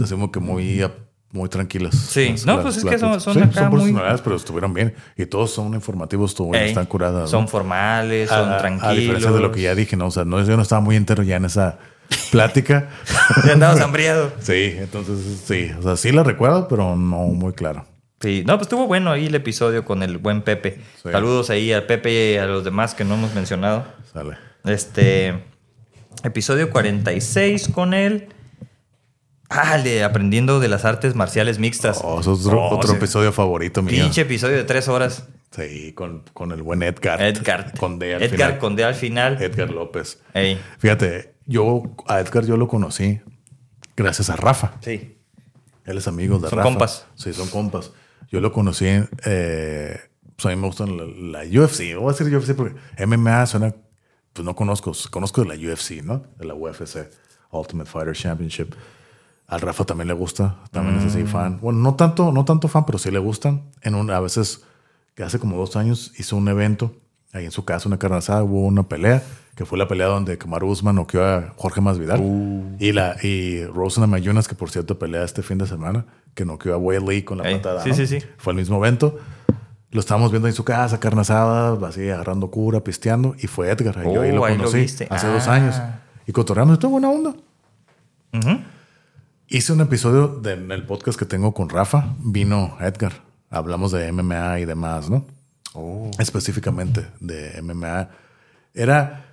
hacemos que muy, a- muy tranquilas. Sí. Las- No, las pues es que pláticas. son- son Sí, acá muy- personalidades, pero estuvieron bien. Y todos son informativos, estuvo bien, Ey, están curadas. ¿no? Son formales, son A- tranquilos. A diferencia de lo que ya dije, ¿no? O sea, no, yo no estaba muy entero ya en esa [LAUGHS] plática. [LAUGHS] [LAUGHS] Ya andabas hambriado. sí, entonces sí. O sea, sí la recuerdo, pero no muy claro. Sí, no, pues estuvo bueno ahí el episodio con el buen Pepe. Sí. Saludos ahí al Pepe y a los demás que no hemos mencionado. Sale. Este episodio 46 con él. Ah, el de aprendiendo de las artes marciales mixtas. Oh, eso es otro, Oh, otro sí. episodio favorito mío. Pinche episodio de tres horas. Sí, con, con el buen Edgar. Edgar. [LAUGHS] Con D al Edgar final. con D al final. Edgar López. Ey, Fíjate, yo a Edgar yo lo conocí gracias a Rafa. sí. Él es amigo de Son Rafa. compas. Sí, son compas. Yo lo conocí, eh, pues a mí me gustan la, la UFC. Voy a decir UFC porque MMA suena, pues no conozco, conozco de la UFC, ¿no? De la UFC, Ultimate Fighter Championship. Al Rafa también le gusta, también es Mm. así fan. Bueno, no tanto, no tanto fan, pero sí le gustan. En un, a veces, que hace como dos años, hizo un evento ahí en su casa, una carne asada, hubo una pelea, que fue la pelea donde Kamaru Usman noqueó a Jorge Masvidal. Uh. Y, la, y Rosana Mayunas, que por cierto pelea este fin de semana, que noqueó a Wei Lee con la Ey, patada. sí, ¿no? sí, sí. Fue el mismo evento. Lo estábamos viendo en su casa, carne asada, así agarrando cura, pisteando. Y fue Edgar, ahí, yo ahí Oh, lo ahí lo conocí viste. hace Ah. dos años. Y cotorreamos, estuvo buena onda. Ujú. Hice un episodio de- en el podcast que tengo con Rafa. Vino Edgar. Hablamos de MMA y demás, ¿no? Oh. Específicamente de MMA. Era,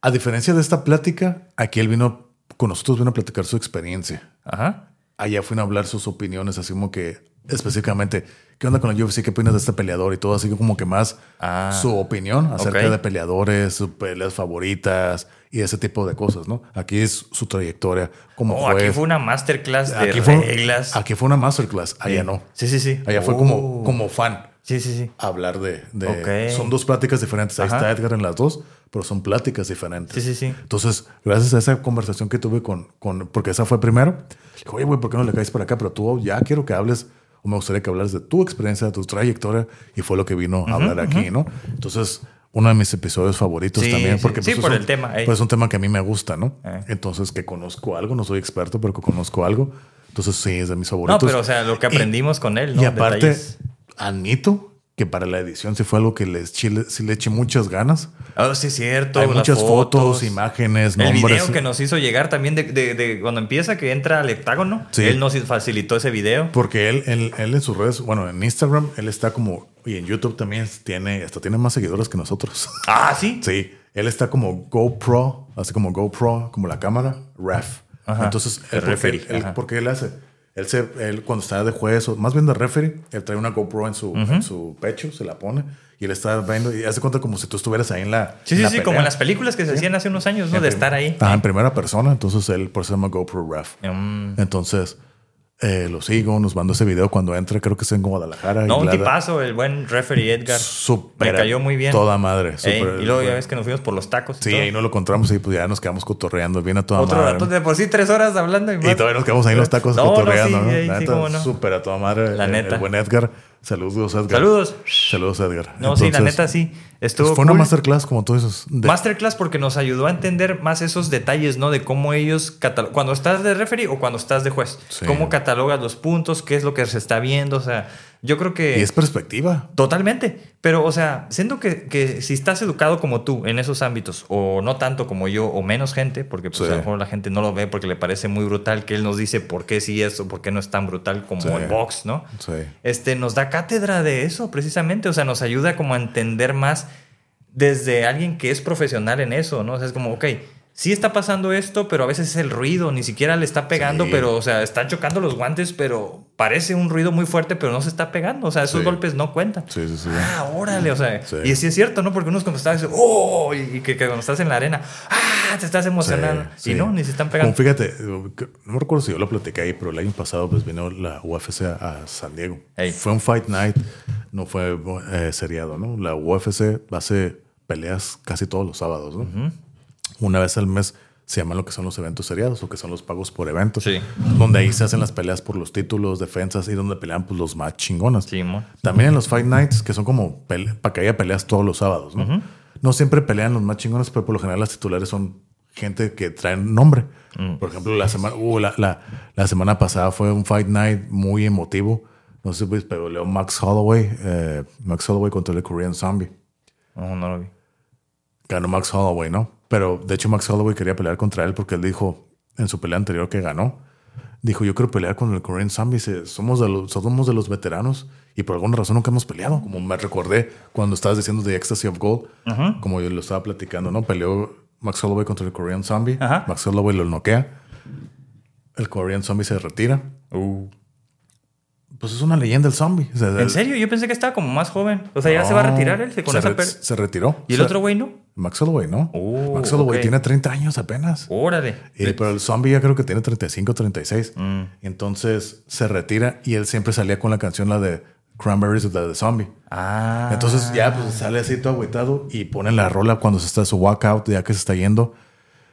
a diferencia de esta plática, aquí él vino, con nosotros vino a platicar su experiencia. Ajá. Allá fueron a hablar sus opiniones, así como que específicamente, ¿qué onda con la UFC? ¿Qué opinas de este peleador? Y todo, así como que más Ah. su opinión acerca Ok. de peleadores, sus peleas favoritas y ese tipo de cosas, ¿no? Aquí es su trayectoria como Oh, juez. aquí fue una masterclass de pues, Aquí fue, reglas. aquí fue una masterclass, allá no. Sí, sí, sí. Allá fue Oh. como, como fan Sí, sí, sí. hablar de... de- Ok. Son dos pláticas diferentes. Ahí Ajá. está Edgar en las dos, pero son pláticas diferentes. Sí, sí, sí. Entonces, gracias a esa conversación que tuve con... con porque esa fue primero. Dijo, oye, güey, ¿por qué no le caes por acá? Pero tú "Oh, ya quiero que hables o me gustaría que hablaras de tu experiencia, de tu trayectoria y fue lo que vino a hablar aquí, ¿no? Entonces, uno de mis episodios favoritos Sí, también. sí, Porque, sí, pues, por es un- el tema, ey. pues, es un tema que a mí me gusta, ¿no? Eh. Entonces, que conozco algo, no soy experto, pero que conozco algo. Entonces, sí, es de mis favoritos. No, pero o sea, lo que Y- aprendimos con él, ¿no? y aparte, Detalles. admito que para la edición sí fue algo que les chile, sí le eché muchas ganas. Oh, sí, es cierto. Hay las muchas fotos, imágenes, El nombres. video que nos hizo llegar también de, de- de cuando empieza que entra al hectágono. Sí. Él nos facilitó ese video. Porque él, él, él en sus redes, bueno, en Instagram, él está como, y en YouTube también tiene, hasta tiene más seguidores que nosotros. [LAUGHS] Ah, sí. sí, él está como GoPro, así como GoPro, como la cámara, ref. Ajá. Entonces, El él, porque, referee, él- ajá. porque él hace, él, se, él cuando está de juez, o más bien de referee, él trae una GoPro en su, en su pecho, se la pone, y él está viendo, y hace cuenta como si tú estuvieras ahí en la... Sí, sí, la sí, como pelea. en las películas que se hacían hace unos años, ¿no? De estar ahí. Estaba en primera persona, entonces él por eso se llama GoPro Ref. Mm. Entonces, eh, lo sigo, nos mandó ese video cuando entre, creo que es en Guadalajara. No, un Glada. tipazo, el buen referee Edgar. Súper- Me cayó muy bien. Toda madre. Ey, súper- y luego ya ves que nos fuimos por los tacos. y Sí, todo. ahí no lo encontramos y pues ya nos quedamos cotorreando. Viene a toda Otro madre. rato de por sí, tres horas hablando. Y, Y más. todavía nos quedamos [LAUGHS] ahí los tacos No, no, cotorreando, sí, ¿no? ahí sí, La neta, cómo no. Súper a toda madre. La el- neta. El buen Edgar. Saludos, Edgar. Saludos. Saludos, Edgar. No, sí, la Entonces, neta sí. pues, Estuvo fue una cool. masterclass, como tú dices. de- Masterclass porque nos ayudó a entender más esos detalles, ¿no? De cómo ellos catalo- cuando estás de referee o cuando estás de juez, Sí. cómo catalogas los puntos, qué es lo que se está viendo, o sea, yo creo que Y es perspectiva. totalmente, pero o sea, siento que, que si estás educado como tú en esos ámbitos o no tanto como yo o menos gente, porque pues, Sí. a lo mejor la gente no lo ve porque le parece muy brutal que él nos dice por qué sí es o por qué no es tan brutal como Sí. el box, ¿no? Sí. este, nos da cátedra de eso precisamente, o sea, nos ayuda como a entender más desde alguien que es profesional en eso, ¿no? O sea, es como, ok, sí está pasando esto, pero a veces es el ruido, ni siquiera le está pegando, Sí. pero, o sea, están chocando los guantes, pero parece un ruido muy fuerte, pero no se está pegando, o sea, esos Sí. golpes no cuentan. Sí, sí, sí. Ah, órale, o sea, Sí. y sí es cierto, ¿no? Porque unos cuando estás, oh, y que, que cuando estás en la arena, ah, te estás emocionando, Sí, y sí. no, ni se están pegando. Como fíjate, no me recuerdo si yo lo platiqué ahí, pero el año pasado pues vino la UFC a, a San Diego. Ey. Fue un fight night, no fue eh, seriado, ¿no? La UFC hace peleas casi todos los sábados, ¿no? Una vez al mes se llaman lo que son los eventos seriados o que son los pagos por eventos. Sí. Donde ahí se hacen las peleas por los títulos, defensas y donde pelean pues, los más chingonas. Sí, mo. También en los Fight Nights, que son como pele- para que haya peleas todos los sábados, ¿no? No siempre pelean los más chingones, pero por lo general las titulares son gente que traen nombre. Por ejemplo, la semana, uh, la, la- la semana pasada fue un Fight Night muy emotivo. No sé si pues, pero leo Max Holloway, eh, Max Holloway contra el Korean Zombie. No, no lo vi. Ganó Max Holloway, ¿no? Pero de hecho Max Holloway quería pelear contra él porque él dijo en su pelea anterior que ganó. Dijo, yo quiero pelear con el Korean Zombie. Dice, somos de los, somos de los veteranos y por alguna razón nunca hemos peleado. Como me recordé cuando estabas diciendo de Ecstasy of Gold, como yo lo estaba platicando, ¿no? Peleó Max Holloway contra el Korean Zombie. Ajá. Max Holloway lo noquea. El Korean Zombie se retira. Uh, Pues es una leyenda el zombie. O sea, ¿En serio? Yo pensé que estaba como más joven. O sea, ya no, se va a retirar él con se, esa re- per- se retiró. ¿Y el Se- otro güey no? Max Holloway, ¿no? Oh, Max Holloway ok. tiene 30 años apenas. Órale. Y- pero el zombie ya creo que tiene 35, 36. Entonces se retira y él siempre salía con la canción, la de Cranberries, la de Zombie. Ah. Entonces ya pues, sale así todo agüitado y pone la rola cuando se está su walkout, ya que se está yendo.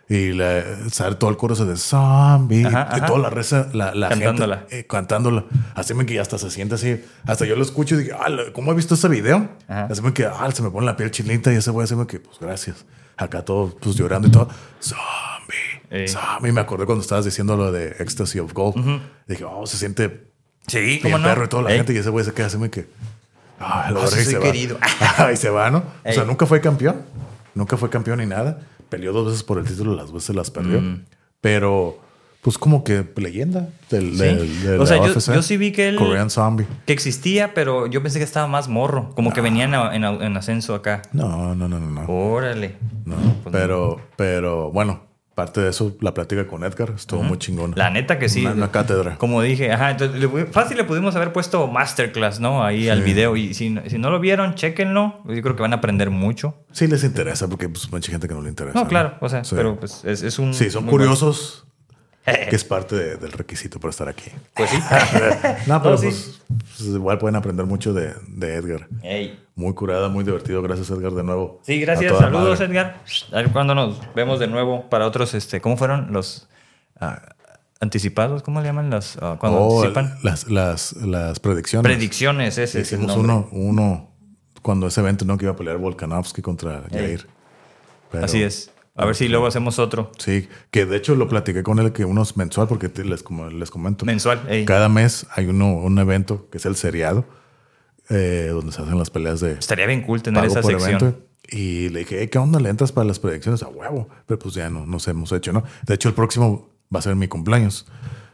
Y le- sale todo el coro se de zombie Ajá, y ajá. toda la reza, la, la gente, Cantándola. eh, cantándola. Así me que hasta se siente así. Hasta yo lo escucho y dije, ah, la- ¿cómo he visto este video? Ajá. Así me que, ah, se me pone la piel chinita y ese güey así me que, pues gracias. Acá todo, pues llorando y todo. Zombie, Ey. zombie. Me acordé cuando estabas diciendo lo de Ecstasy of Gold. Dije, oh, se siente Sí, y como el no. perro y toda la Ey. gente y ese güey se queda así muy que... Ah, la No, verga, sí y soy se [LAUGHS] querido. Va. y se va, ¿no? O sea, Ey. nunca fue campeón. Nunca fue campeón ni nada. Peleó dos veces por el título, las veces las perdió. Mm. Pero, pues como que leyenda del, Sí. del- de O la sea, yo- UFC. yo sí vi que él- Korean Zombie. Que existía, pero yo pensé que estaba más morro. Como Ah. que venía en, en- en ascenso acá. No, no, no, no. no. Órale. Oh, pues No, Pero, pero, bueno, parte de eso, la plática con Edgar estuvo muy chingona. La neta que sí. Una, una cátedra. Como dije, ajá, entonces le pu- fácil le pudimos haber puesto masterclass, ¿no? Ahí al video. Y si, no- si no lo vieron, chéquenlo. Yo creo que van a aprender mucho. Sí les interesa porque pues mucha gente que no le interesa. No, claro, o sea, Sí. pero pues es, es un. Sí, son muy bueno. Eh. curiosos, que es parte de- del requisito para estar aquí. Pues sí. [LAUGHS] No, pero No, sí. pues, pues, igual pueden aprender mucho de, de Edgar. Ey. Muy curada, muy divertido. Gracias, Edgar, de nuevo. Sí, A gracias. toda Saludos, madre. Edgar. A ver cuándo nos vemos de nuevo para otros, este, ¿cómo fueron los ah, anticipados? ¿Cómo le llaman los ah, cuando Oh, anticipan? las, las, las predicciones. Predicciones, ese es el Hicimos nombre. uno, uno cuando ese evento no que iba a pelear Volkanovski contra Jair. Pero- Así es. A ver si luego hacemos otro Sí, que de hecho lo platiqué con él que uno es mensual, porque te- les, como les comento. mensual. Ey. Cada mes hay uno, un evento que es el seriado, eh, donde se hacen las peleas de, Estaría bien cool tener pago esa por sección. evento. Y le dije, "Hey, ¿qué onda? ¿Le entras para las predicciones? A huevo. Pero pues ya no nos hemos hecho, ¿no? De hecho, el próximo va a ser mi cumpleaños,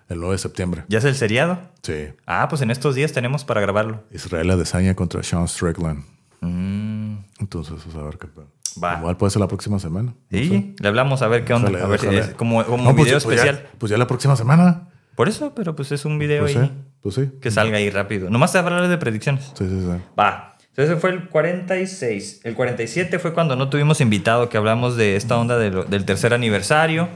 el 9 de septiembre. ¿Ya es el seriado? Sí. Ah, pues en estos días tenemos para grabarlo. Israel Adesanya contra Sean Strickland. Mm, Entonces, vamos a ver qué pedo. Va. Igual puede ser la próxima semana. Sí, le hablamos a ver qué onda. Ojalá, a ver si ojalá. es como, como No, un pues, video pues ya- especial. pues ya la próxima semana. Por eso, pero pues es un video Pues ahí sí, pues sí. que salga ahí rápido. Nomás te hablaré de predicciones. Sí, sí, sí. Va. Entonces ese fue el 46. El 47 fue cuando no tuvimos invitado, que hablamos de esta onda de lo- del tercer aniversario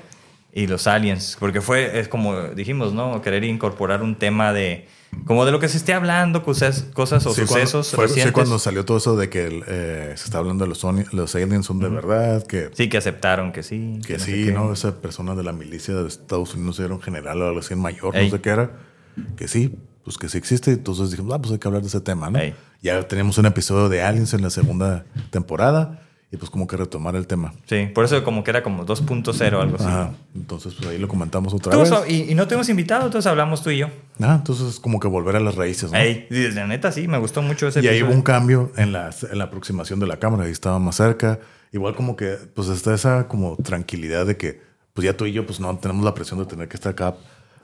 y los aliens. Porque fue, es como dijimos, ¿no? Querer incorporar un tema de. Como de lo que se esté hablando, cosas, cosas o Sí, cuando- sucesos fue- sí, recientes. cuando salió todo eso de que el, eh, se está hablando de los, oni- los aliens son de verdad, que Sí, que aceptaron que sí. Que no sé sí, qué. ¿no? Esa persona de la milicia de Estados Unidos era un general o algo así, un mayor, Ey. no sé qué era. Que sí, pues que sí existe. Entonces dijimos, ah, pues hay que hablar de ese tema, ¿no? Ey. Ya tenemos un episodio de Aliens en la segunda temporada y pues como que retomar el tema. Sí, por eso como que era como 2.0 algo así. Ajá. Entonces, pues ahí lo comentamos otra Tú, vez. so- y, y no tuvimos invitado, entonces hablamos tú y yo. Ah, entonces como que volver a las raíces, ¿no? Ey, y la neta sí, me gustó mucho ese Y ahí hubo episodio. un cambio en la, en la aproximación de la cámara, ahí estaba más cerca. Igual como que, pues está esa como tranquilidad de que, pues ya tú y yo, pues no tenemos la presión de tener que estar acá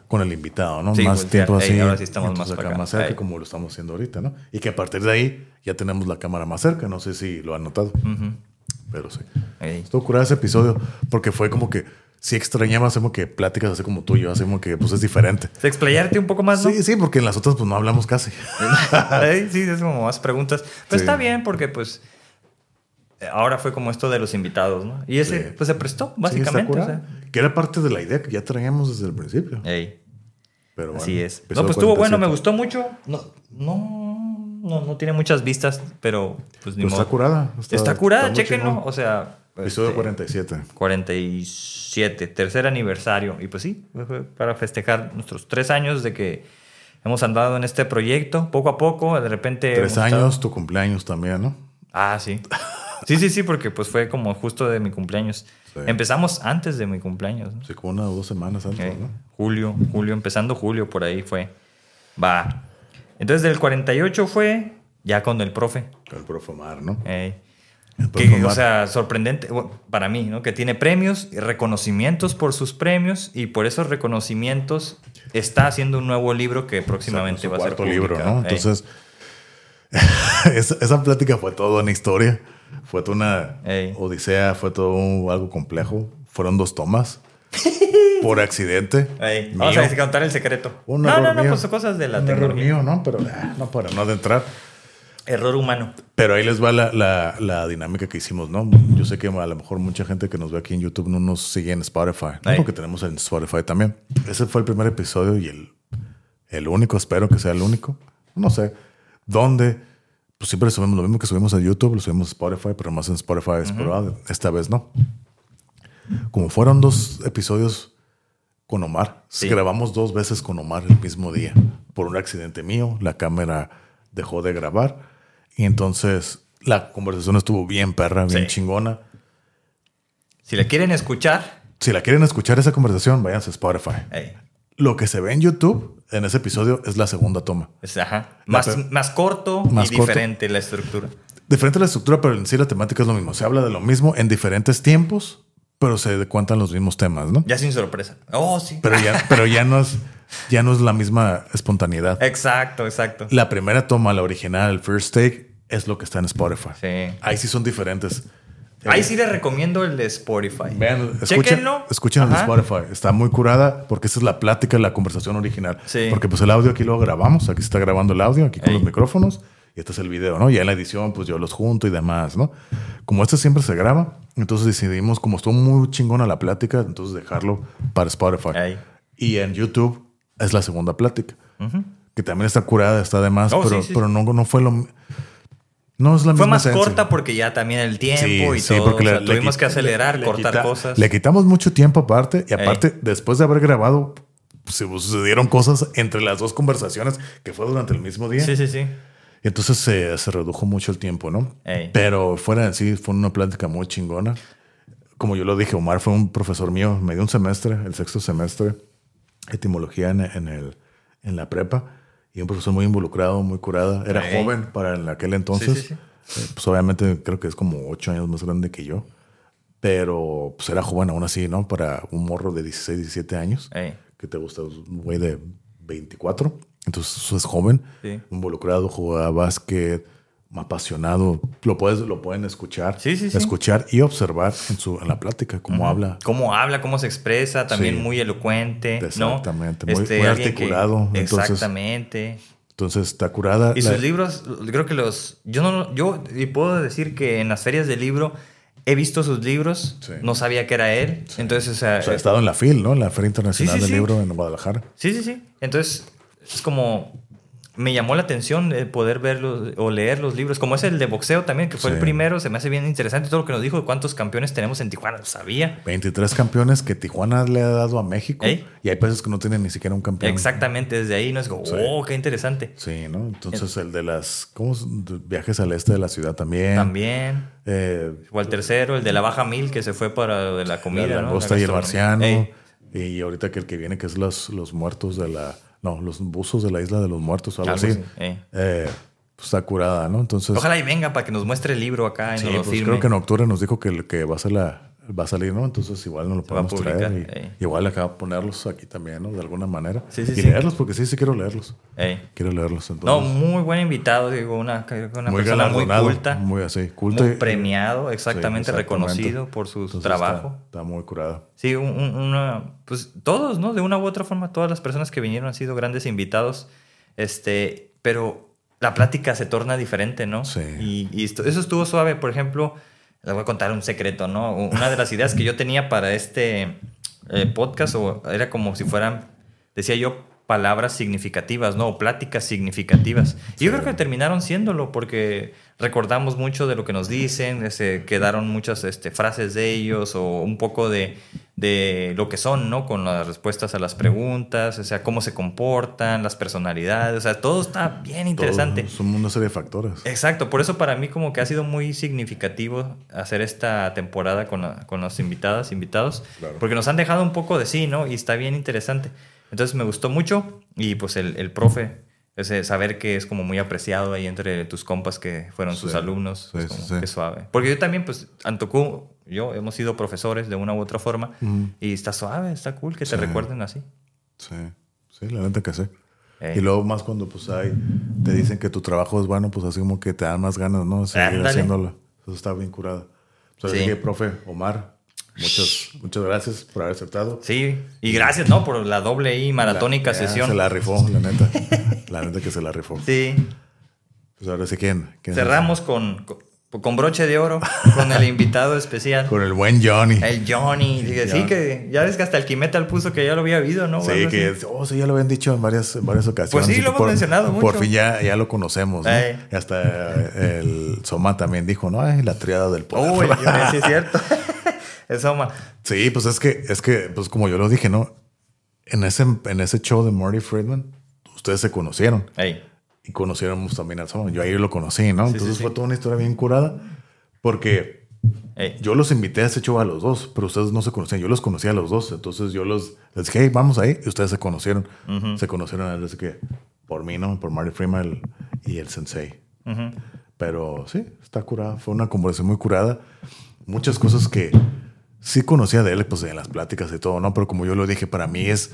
con el invitado, ¿no? Sí, más voltear. tiempo así. Ey, ahora sí estamos entonces más para acá. cerca, Ey. como lo estamos haciendo ahorita, ¿no? Y que a partir de ahí ya tenemos la cámara más cerca, no sé si lo han notado, pero sí. Ey. Estuvo curado ese episodio porque fue como que, si extrañaba, hacemos que pláticas así como tú y yo, hacemos que, pues es diferente. Se explayarte un poco más, Ah, ¿no? Sí, sí, porque en las otras pues no hablamos casi. [LAUGHS] Ey, sí, es como más preguntas. Pero Sí. está bien porque pues ahora fue como esto de los invitados, ¿no? Y ese Sí. pues se prestó, Sí, está básicamente. o curada. Que era parte de la idea que ya traíamos desde el principio. sea. Ey, Pero bueno, así es. No, episodio pues estuvo bueno, me 47. gustó mucho. No, no, no, no tiene muchas vistas, pero pues Pero ni Pues está modo. curada. Está curada, muy chéquenlo. chingón. O sea, Episodio este, 47. 47, tercer aniversario. Y pues sí, fue para festejar nuestros tres años de que hemos andado en este proyecto, poco a poco, de repente... Tres hemos estado- años, tu cumpleaños también, ¿no? Ah, sí. Sí, sí, sí, porque pues fue como justo de mi cumpleaños. Sí. Empezamos antes de mi cumpleaños. ¿no? Sí, como una o dos semanas antes, Eh, ¿no? Julio, julio, empezando julio, por ahí fue. Va. Entonces del 48 fue ya con el profe. El profe Omar, ¿no? Ey. El Eh, Que, profe Omar. o sea, sorprendente bueno, para mí, ¿no? Que tiene premios y reconocimientos por sus premios y por esos reconocimientos está haciendo un nuevo libro que próximamente su va a ser cuarto libro, publicado. ¿no? Ey. Entonces, [LAUGHS] esa, esa plática fue toda una historia, fue toda una Ey. odisea, fue todo un- algo complejo. Fueron dos [LAUGHS] tomas por accidente. Ey. mío. Vamos a contar el secreto. Un no, error no, no, mío. pues son cosas de la Un error tecnología. mío, ¿no? Pero ah, no para no adentrar. Error humano. Pero ahí les va la, la- la dinámica que hicimos, ¿no? Yo sé que a lo mejor mucha gente que nos ve aquí en YouTube no nos sigue en Spotify, ¿no? Ey. porque tenemos en Spotify también. Ese fue el primer episodio y el, el único, espero que sea el único, no sé, donde pues siempre subimos lo mismo que subimos a YouTube, lo subimos a Spotify, pero más en Spotify es probable. Esta vez no. Como fueron dos episodios con Omar. Sí. Grabamos dos veces con Omar el mismo día. Por un accidente mío, la cámara dejó de grabar. Y entonces la conversación estuvo bien perra, bien Sí. chingona. Si le quieren escuchar, Si la quieren escuchar esa conversación, váyanse a Spotify. ey, Lo que se ve en YouTube en ese episodio es la segunda toma. es- pues, ajá. La Más, pe- más corto Más y corto. diferente la estructura. Diferente la estructura, pero en sí la temática es lo mismo. Se habla de lo mismo en diferentes tiempos, pero se cuentan los mismos temas, ¿no? Ya sin sorpresa. Oh, sí. Pero ya, pero ya no es, ya no es la misma espontaneidad. Exacto, exacto. La primera toma, la original, el first take, es lo que está en Spotify. Sí. Ahí sí son diferentes. Ahí Eh, sí les recomiendo el de Spotify. Vean, escuchen, Chéquenlo. escuchen el de Ajá. Spotify. Está muy curada porque esa es la plática, la conversación original. Sí. Porque pues el audio aquí lo grabamos, aquí se está grabando el audio, aquí con Ey. los micrófonos y este es el video, ¿no? Ya en la edición pues yo los junto y demás, ¿no? Como este siempre se graba, entonces decidimos, como estuvo muy chingona la plática, entonces dejarlo para Spotify. Ey. Y en YouTube es la segunda plática. Que también está curada, está de más, Oh, pero, sí, sí. pero no, no fue lo... mi- No es la Fue misma más esencia. corta porque ya también el tiempo y todo. o sea, tuvimos quit- que acelerar, le cortar quita- cosas. Le quitamos mucho tiempo aparte y Ey. aparte después de haber grabado se sucedieron cosas entre las dos conversaciones que fue durante el mismo día. Sí, sí, sí. Y entonces se, se redujo mucho el tiempo, ¿no? Ey. Pero fuera de sí, fue una plática muy chingona. Como yo lo dije, Omar fue un profesor mío, me dio un semestre, el sexto semestre, etimología en, en el, en la prepa, y un profesor muy involucrado, muy curada. Era Ey. joven para en aquel entonces. sí, Eh, Pues obviamente creo que es como ocho años más grande que yo, pero pues era joven aún así, ¿no? Para un morro de 16, 17 años Ey. que te gusta, pues, un güey de 24. Entonces eso es joven, Sí. involucrado, jugaba básquet, apasionado. Lo puedes, lo pueden escuchar, Sí, sí, sí. escuchar y observar en su en la plática cómo habla. Cómo habla, cómo se expresa, también Sí. muy elocuente. ¿no? Este, Exactamente, muy- muy alguien que- articulado, entonces- exactamente. Entonces está curada. Y la- sus libros, creo que los. Yo no. Yo y puedo decir que en las ferias del libro he visto sus libros. Sí. No sabía que era él. Entonces, o sea. o sea, ha estado en la FIL, ¿no? En la Feria Internacional eh. Sí, del sí, sí. Libro en Guadalajara. Sí, sí, sí. Entonces, es como. Me llamó la atención el poder verlos o leer los libros, como es el de boxeo también, que fue el Sí. primero. Se me hace bien interesante todo lo que nos dijo de cuántos campeones tenemos en Tijuana. Lo sabía. 23 campeones que Tijuana le ha dado a México. Ey. Y hay países que no tienen ni siquiera un campeón. Exactamente, desde ahí nos dijo, Sí. oh, qué interesante. Sí, ¿no? Entonces el de las... ¿Cómo? es? De Viajes al este de la ciudad también. También. Eh, O el tercero, el de la baja mil, que se fue para lo de la comida. la ¿no? langosta y el gastronomía. marciano. Ey, Y ahorita que el que viene, que es los, los muertos de la. No, los buzos de la isla de los muertos, o algo, algo así. así, ey. Eh, pues, está curada, ¿no? Entonces. Ojalá y venga para que nos muestre el libro acá Pues y sí, nos lo pues, firme. creo que en octubre nos dijo que, el que va a ser la. Va a salir, ¿no? Entonces igual no lo Se va a podemos traer. publicar, y- ey. igual acá ponerlos aquí también, ¿no? De alguna manera. Sí, sí, y sí. leerlos, porque sí, sí quiero leerlos. Ey. Quiero leerlos. No, Entonces, muy buen invitado, digo, una, creo que Pues una muy persona muy galardonado. culta. Muy así, culta. muy y- premiado, sí, exactamente, reconocido por su Entonces, trabajo. Está, está muy curada. Sí, un- un- una, pues todos, ¿no? De una u otra forma, todas las personas que vinieron han sido grandes invitados, este, pero la plática se torna diferente, ¿no? Sí. Y, y esto- eso estuvo suave, por ejemplo, les voy a contar un secreto, ¿no? U- Una de las ideas que yo tenía para este eh, podcast o era como si fueran, decía yo, palabras significativas, ¿no? O pláticas significativas. Y yo creo que terminaron siéndolo porque recordamos mucho de lo que nos dicen, eh, se quedaron muchas este, frases de ellos o un poco de, de lo que son, ¿no? Con las respuestas a las preguntas, o sea, cómo se comportan, las personalidades, o sea, todo está bien interesante. Todo, son una serie de factores. Exacto, por eso para mí como que ha sido muy significativo hacer esta temporada con, la- con las invitadas, invitados, Claro. porque nos han dejado un poco de sí, ¿no? Y está bien interesante. Entonces me gustó mucho y pues el, el profe, ese saber que es como muy apreciado ahí entre tus compas que fueron sus Sí. alumnos, Sí, es sí, como sí. que suave. Porque yo también pues Antoku, yo hemos sido profesores de una u otra forma Ujú. y está suave, está cool que te Sí. recuerden así. Sí, sí, la neta que sí. Ey. Y luego más cuando pues hay, te dicen que tu trabajo es bueno, pues así como que te dan más ganas, ¿no? De Seguir Ándale. haciéndolo. Eso está bien curado. Pues, así Sí. que, profe, Omar, muchas, muchas gracias por haber aceptado. Sí, y gracias, ¿no? Por la doble y maratónica Ya, sesión. Se la rifó, la neta. [LAUGHS] la neta que se la rifó. Sí. Pues ahora sí, ¿quién? ¿Quién es? Cerramos con, con, con broche de [LAUGHS] oro, con el invitado especial, Con el buen Johnny. el Johnny. Dije, El sí, John. que ya ves que hasta el Kimetal puso que ya lo había habido, ¿no? O Sí, algo que así. es- oh, sí, ya lo habían dicho en varias, en varias ocasiones. Pues sí, Y lo hemos mencionado mucho. Eh. Por fin ya, ya lo conocemos. ¿no? Ey. Y Hasta el Soma también dijo, ¿no? Ay, la triada del poder. [LAUGHS] Oh, el Johnny, sí es cierto. [LAUGHS] es Oma. Sí, pues es que, es que, pues como yo lo dije, ¿no? En ese, en ese show de Marty Friedman, ustedes se conocieron Ey, y conociéramos también al Soma. Yo ahí lo conocí, ¿no? Sí, sí, Entonces sí. fue toda una historia bien curada porque ey. yo los invité a ese show a los dos, pero ustedes no se conocían. Yo los conocía a los dos. Entonces yo los les dije, hey, vamos ahí. Y ustedes se conocieron. Se conocieron así que por mí, ¿no? Por Marty Freeman el- y el sensei. Ujú. Pero sí, está curada. Fue una conversación muy curada. Muchas cosas que sí conocía de él, pues en las pláticas y todo, ¿no? Pero como yo lo dije, para mí es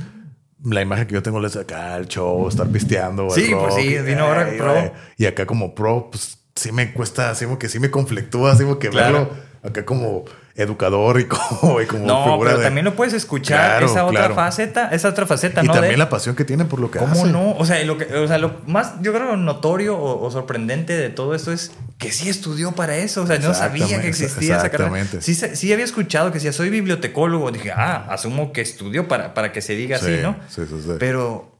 la imagen que yo tengo es acá el show, estar pisteando. el Sí, pues rock, eh, sí, vino ahora ay, pro. ay. Y acá como pro, pues sí me cuesta, así como que sí me conflictúa, así como que Claro. verlo acá como educador y [LAUGHS] como, y como No, figura pero de- también lo puedes escuchar, Claro, esa otra claro. faceta, esa otra faceta, Y ¿no? también De- la pasión que tiene por lo que ¿Cómo hace. no? O sea, lo que, o sea, lo más, yo creo, lo notorio o, o sorprendente de todo esto es que sí estudió para eso. O sea, no sabía que Exactamente, existía esa carrera. exactamente. Sí, se- sí había escuchado que decía, soy bibliotecólogo. Dije, ah, asumo que estudió para, para que se diga Sí, así, ¿no? sí, sí, sí. Pero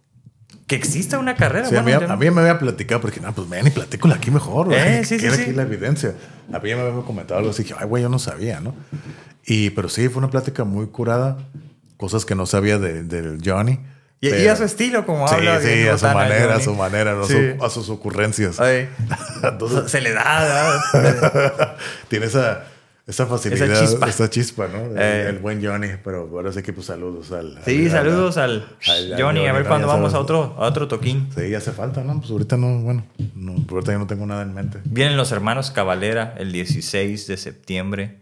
que exista una carrera. Sí, a, mí, bueno, ya- a mí me había platicado, porque nada, pues ven y platícula aquí mejor, ¿verdad? Eh, sí, sí, Queda sí. aquí la evidencia. A mí ya me había comentado algo así, dije, ay, güey, yo no sabía, ¿no? Y, pero sí, fue una plática muy curada, cosas que no sabía de- del Johnny. y, y pero- a su estilo, como Sí, habla. sí, bien a su botana, manera, a Johnny. su manera, no Sí. Su- a sus ocurrencias. Ay, [LAUGHS] Entonces, se le da, ¿verdad? [LAUGHS] tiene esa, esa facilidad, esa chispa. chispa, ¿no? El, Eh. el buen Johnny, pero ahora sí que pues saludos al... Sí, al- saludos al al- al Johnny. A Johnny, ver ¿no? cuándo Ya vamos a sabes. otro, a otro toquín. Sí, hace falta, ¿no? Pues ahorita no, bueno, no, ahorita yo no tengo nada en mente. Vienen los hermanos Cavalera el 16 de septiembre.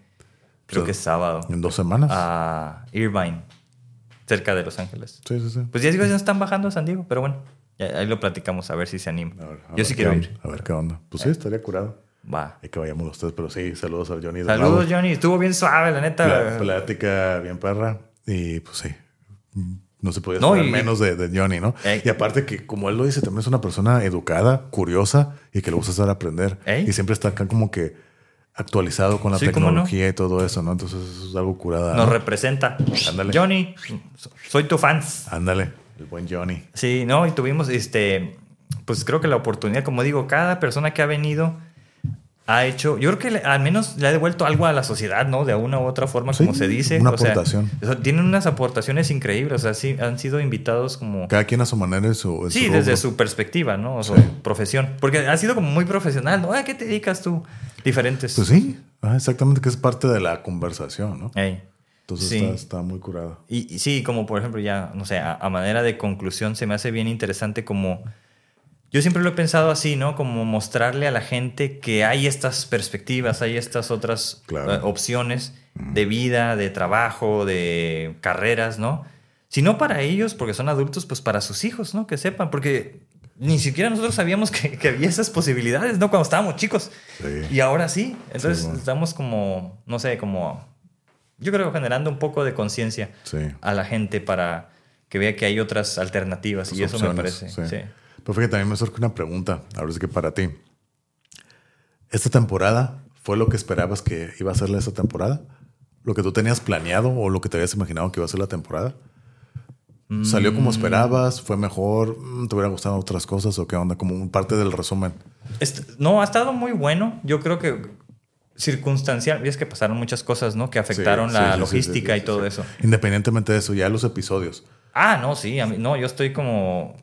Creo Sí. que es sábado. En dos semanas. Ah. A Irvine, cerca de Los Ángeles. Sí, sí, sí. Pues ya digo, ya están bajando a San Diego, pero bueno, ya- ahí lo platicamos a ver si se anima. A ver, a Yo ver sí qué quiero onda, ir. Eh. A ver qué onda. Pues sí, estaría curado. Va. Hay que vayamos los tres, pero sí, saludos al Johnny. de Saludos, nuevo. Johnny. Estuvo bien suave, la neta. Pla- plática bien perra. Y pues sí. No se podía No, esperar y- menos de, de Johnny, ¿no? Ey. Y aparte que, como él lo dice, también es una persona educada, curiosa y que le gusta estar a aprender. Ey. Y siempre está acá como que actualizado con la Sí, cómo no. tecnología y todo eso, ¿no? Entonces eso es algo curada. Nos ¿no? representa. Ándale. Johnny, so- soy tu fan. Ándale, el buen Johnny. Sí, no, y tuvimos este. Pues creo que la oportunidad, como digo, cada persona que ha venido ha hecho. Yo creo que le- al menos le ha devuelto algo a la sociedad, ¿no? De una u otra forma, Sí, como se dice. una O sea, aportación. o sea, tienen unas aportaciones increíbles. O sea, sí, han sido invitados como. Cada quien a su manera y su... en Sí, su desde rubro. su perspectiva, ¿no? O su Sí. profesión. Porque ha sido como muy profesional, ¿no? ¿A qué te dedicas tú? Diferentes. Pues sí, ah, exactamente que es parte de la conversación, ¿no? Ey. Entonces Sí. está, está muy curado. Y, y sí, como por ejemplo, ya, no sé, a, a manera de conclusión, se me hace bien interesante como. Yo siempre lo he pensado así, ¿no? Como mostrarle a la gente que hay estas perspectivas, hay estas otras Claro. eh, opciones de vida, de trabajo, de carreras, ¿no? Si no para ellos, porque son adultos, pues para sus hijos, ¿no? Que sepan, porque ni siquiera nosotros sabíamos que, que había esas posibilidades, ¿no? Cuando estábamos chicos. Sí. Y ahora sí. Entonces Sí, bueno. estamos como, no sé, como, yo creo generando un poco de conciencia Sí. a la gente para que vea que hay otras alternativas y eso me opciones, parece. sí. sí. Pero fíjate, también me surge una pregunta. Ahora sí que para ti. ¿Esta temporada fue lo que esperabas que iba a ser la esta temporada? ¿Lo que tú tenías planeado o lo que te habías imaginado que iba a ser la temporada? ¿Salió Mm. como esperabas? ¿Fue mejor? Mm, ¿Te hubiera gustado otras cosas o qué onda? Como un parte del resumen. Est- no, ha estado muy bueno. Yo creo que circunstancial, y es que pasaron muchas cosas, ¿no? Que afectaron Sí, la sí, sí, sí, logística sí, y sí, todo sí. eso. Independientemente de eso, ya los episodios. Ah, no, sí, a mí- no, yo estoy como,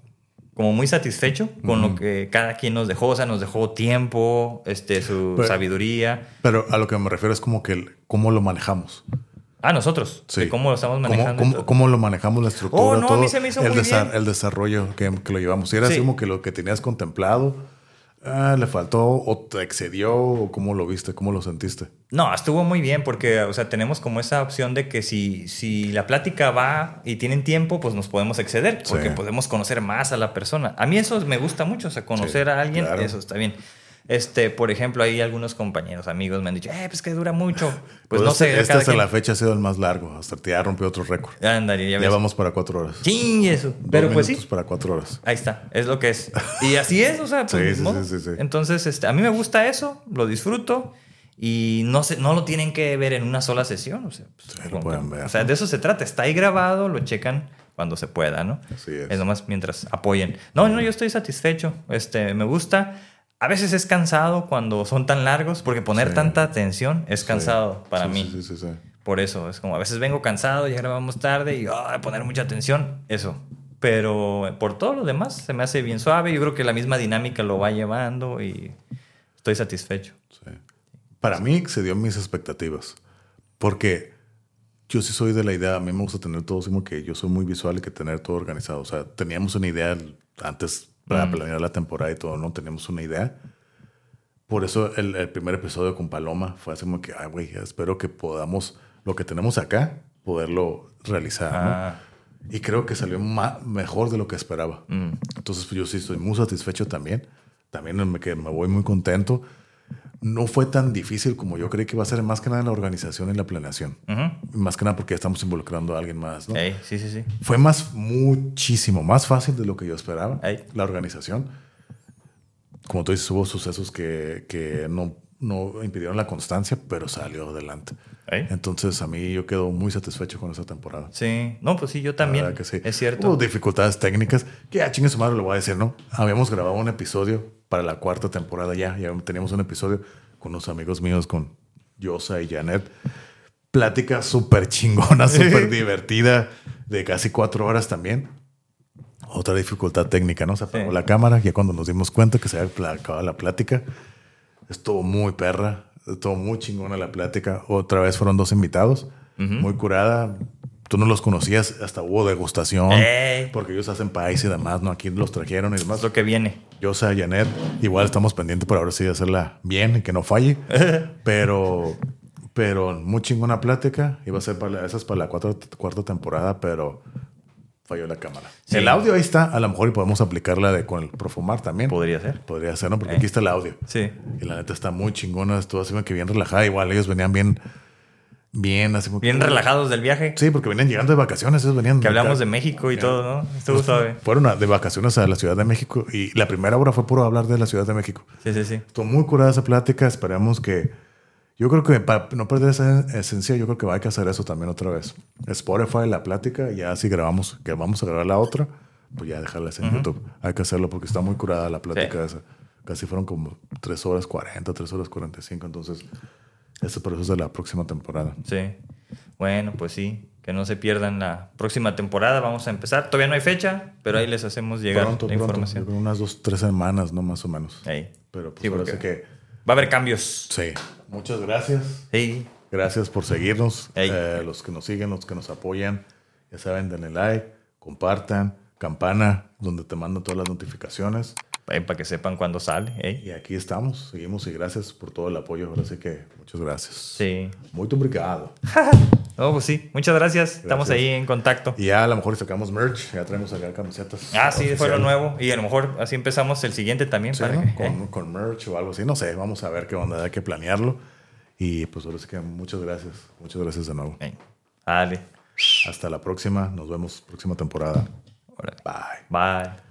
como muy satisfecho con lo que cada quien nos dejó, o sea, nos dejó tiempo, este, su Pero- sabiduría. Pero a lo que me refiero es como que el- cómo lo manejamos. Ah, nosotros, Sí. de cómo lo estamos ¿Cómo- manejando. ¿Cómo, y todo. cómo lo manejamos la estructura? Oh, no, a mí todo, se me hizo el muy bien. El desarrollo que, que lo llevamos. Si era Sí. así como que lo que tenías contemplado, ah, le faltó o te excedió o cómo lo viste, cómo lo sentiste. No, estuvo muy bien porque, o sea, tenemos como esa opción de que si, si la plática va y tienen tiempo, pues nos podemos exceder porque Sí. podemos conocer más a la persona. A mí eso me gusta mucho, o sea, conocer Sí, a alguien, claro. eso está bien. Este, por ejemplo, hay algunos compañeros, amigos me han dicho, eh, pues que dura mucho. Pues, no sé, este, este cada hasta quien- la fecha ha sido el más largo. Hasta que ya rompió otro récord. Ándale, ya Ya, ves. vamos para cuatro horas. Chingue eso. Dos Pero pues minutos sí, para cuatro horas. ahí está, es lo que es. Y así es, o sea, pues, [LAUGHS] Sí, ni sí, modo. sí, sí, sí. entonces este, a mí me gusta eso, lo disfruto y no, se, no lo tienen que ver en una sola sesión. O sea, pues, Sí, lo con- pueden ver. o sea, de eso se trata, está ahí grabado, lo checan cuando se pueda, ¿no? Así es. nomás mientras apoyen. No, no, yo estoy satisfecho, este, me gusta. A veces es cansado cuando son tan largos, porque poner Sí. tanta atención es cansado para Sí, mí. sí, sí, sí, sí. Por eso, es como a veces vengo cansado, ya grabamos tarde y ah, poner mucha atención, eso. Pero por todo lo demás se me hace bien suave, yo creo que la misma dinámica lo va llevando y estoy satisfecho. Sí. Para mí excedió mis expectativas. Porque yo sí soy de la idea, a mí me gusta tener todo, así como que yo soy muy visual y que tener todo organizado. O sea, teníamos una idea antes para planear la temporada y todo, ¿no? Teníamos una idea. Por eso el, el primer episodio con Paloma fue así como que, ay, güey, espero que podamos lo que tenemos acá, poderlo realizar, ¿no? Ah, Y creo que salió ma- mejor de lo que esperaba. Mm. Entonces, pues, yo sí estoy muy satisfecho también. También me, que me voy muy contento. No fue tan difícil como yo creí que iba a ser, más que nada en la organización y la planeación. ujú. Más que nada porque estamos involucrando a alguien más. ¿no? Ey, sí, sí, sí. Fue más, muchísimo más fácil de lo que yo esperaba. Ey. La organización. Como tú dices, hubo sucesos que, que no, no impidieron la constancia, pero salió adelante. Ey. Entonces, a mí yo quedo muy satisfecho con esta temporada. Sí, no, pues sí, yo La también. verdad que sí. Es cierto. Hubo dificultades técnicas. Que a chingue su madre lo voy a decir, ¿no? Habíamos grabado un episodio para la cuarta temporada ya. Ya teníamos un episodio con unos amigos míos, con Yosa y Janet. Plática súper [LAUGHS] chingona, súper divertida, de casi cuatro horas también. Otra dificultad técnica, ¿no? Se apagó Sí. la cámara. Ya cuando nos dimos cuenta que se había pla- acabado la plática, estuvo muy perra, estuvo muy chingona la plática. Otra vez fueron dos invitados, muy curada. Tú no los conocías, hasta hubo degustación, Ey. porque ellos hacen país y demás, ¿no? Aquí los trajeron y demás. Es Eh. lo [LAUGHS] que viene. Yo, Sa, Janet, igual estamos pendientes para ahora sí hacerla bien y que no falle, pero, pero muy chingona plática. Iba a ser para la- esa es para la cuarta, cuarta temporada, pero falló la cámara. Sí. El audio ahí está, a lo mejor y podemos aplicarla de con el profumar también. Podría ser. Podría ser, ¿no? Porque Eh. aquí está el audio. Sí. Y la neta está muy chingona, estuvo así como que bien relajada. Igual ellos venían bien, bien, así como que- Bien relajados del viaje, Sí, porque venían llegando de vacaciones, ellos venían. que hablamos de México y todo, ¿no? Estuvo suave. Fueron a- de vacaciones a la Ciudad de México y la primera hora fue puro hablar de la Ciudad de México. Sí, sí, sí. Estuvo muy curada esa plática, esperamos que. Yo creo que para no perder esa esencia, yo creo que hay que hacer eso también otra vez. Spotify, la plática, ya si grabamos, que vamos a grabar la otra, pues ya dejarlas en YouTube. Hay que hacerlo porque está muy curada la plática esa. Casi fueron como 3 horas 40, 3 horas 45. Entonces, eso por eso es de la próxima temporada. Sí. Bueno, pues sí. Que no se pierdan la próxima temporada. Vamos a empezar. Todavía no hay fecha, pero ahí les hacemos llegar pronto, la pronto. información. yo creo unas dos, tres semanas, ¿no? Más o menos. Ahí. Pero pues Sí, ahora porque- sí que. Va a haber cambios. Sí. Muchas gracias. Sí. Gracias por seguirnos. Ey. Eh, los que nos siguen, los que nos apoyan, ya saben, denle like, compartan, campana, donde te mandan todas las notificaciones. Ahí para que sepan cuándo sale. ¿eh? Y aquí estamos, seguimos y gracias por todo el apoyo. Ahora sí que muchas gracias. Sí. Muy obrigado. No, pues sí. Muchas gracias. Estamos Gracias. ahí en contacto. Y ya a lo mejor sacamos merch, ya traemos acá camisetas. Ah, sí, fue lo oficiales. nuevo. Y a lo mejor así empezamos el siguiente también. Sí, para ¿no? que- ¿eh? con, con merch o algo así, no sé, vamos a ver qué onda, hay que planearlo. Y pues ahora sí que muchas gracias, muchas gracias de nuevo. Ey. Dale. Hasta la próxima, nos vemos próxima temporada. Órale. Bye. Bye.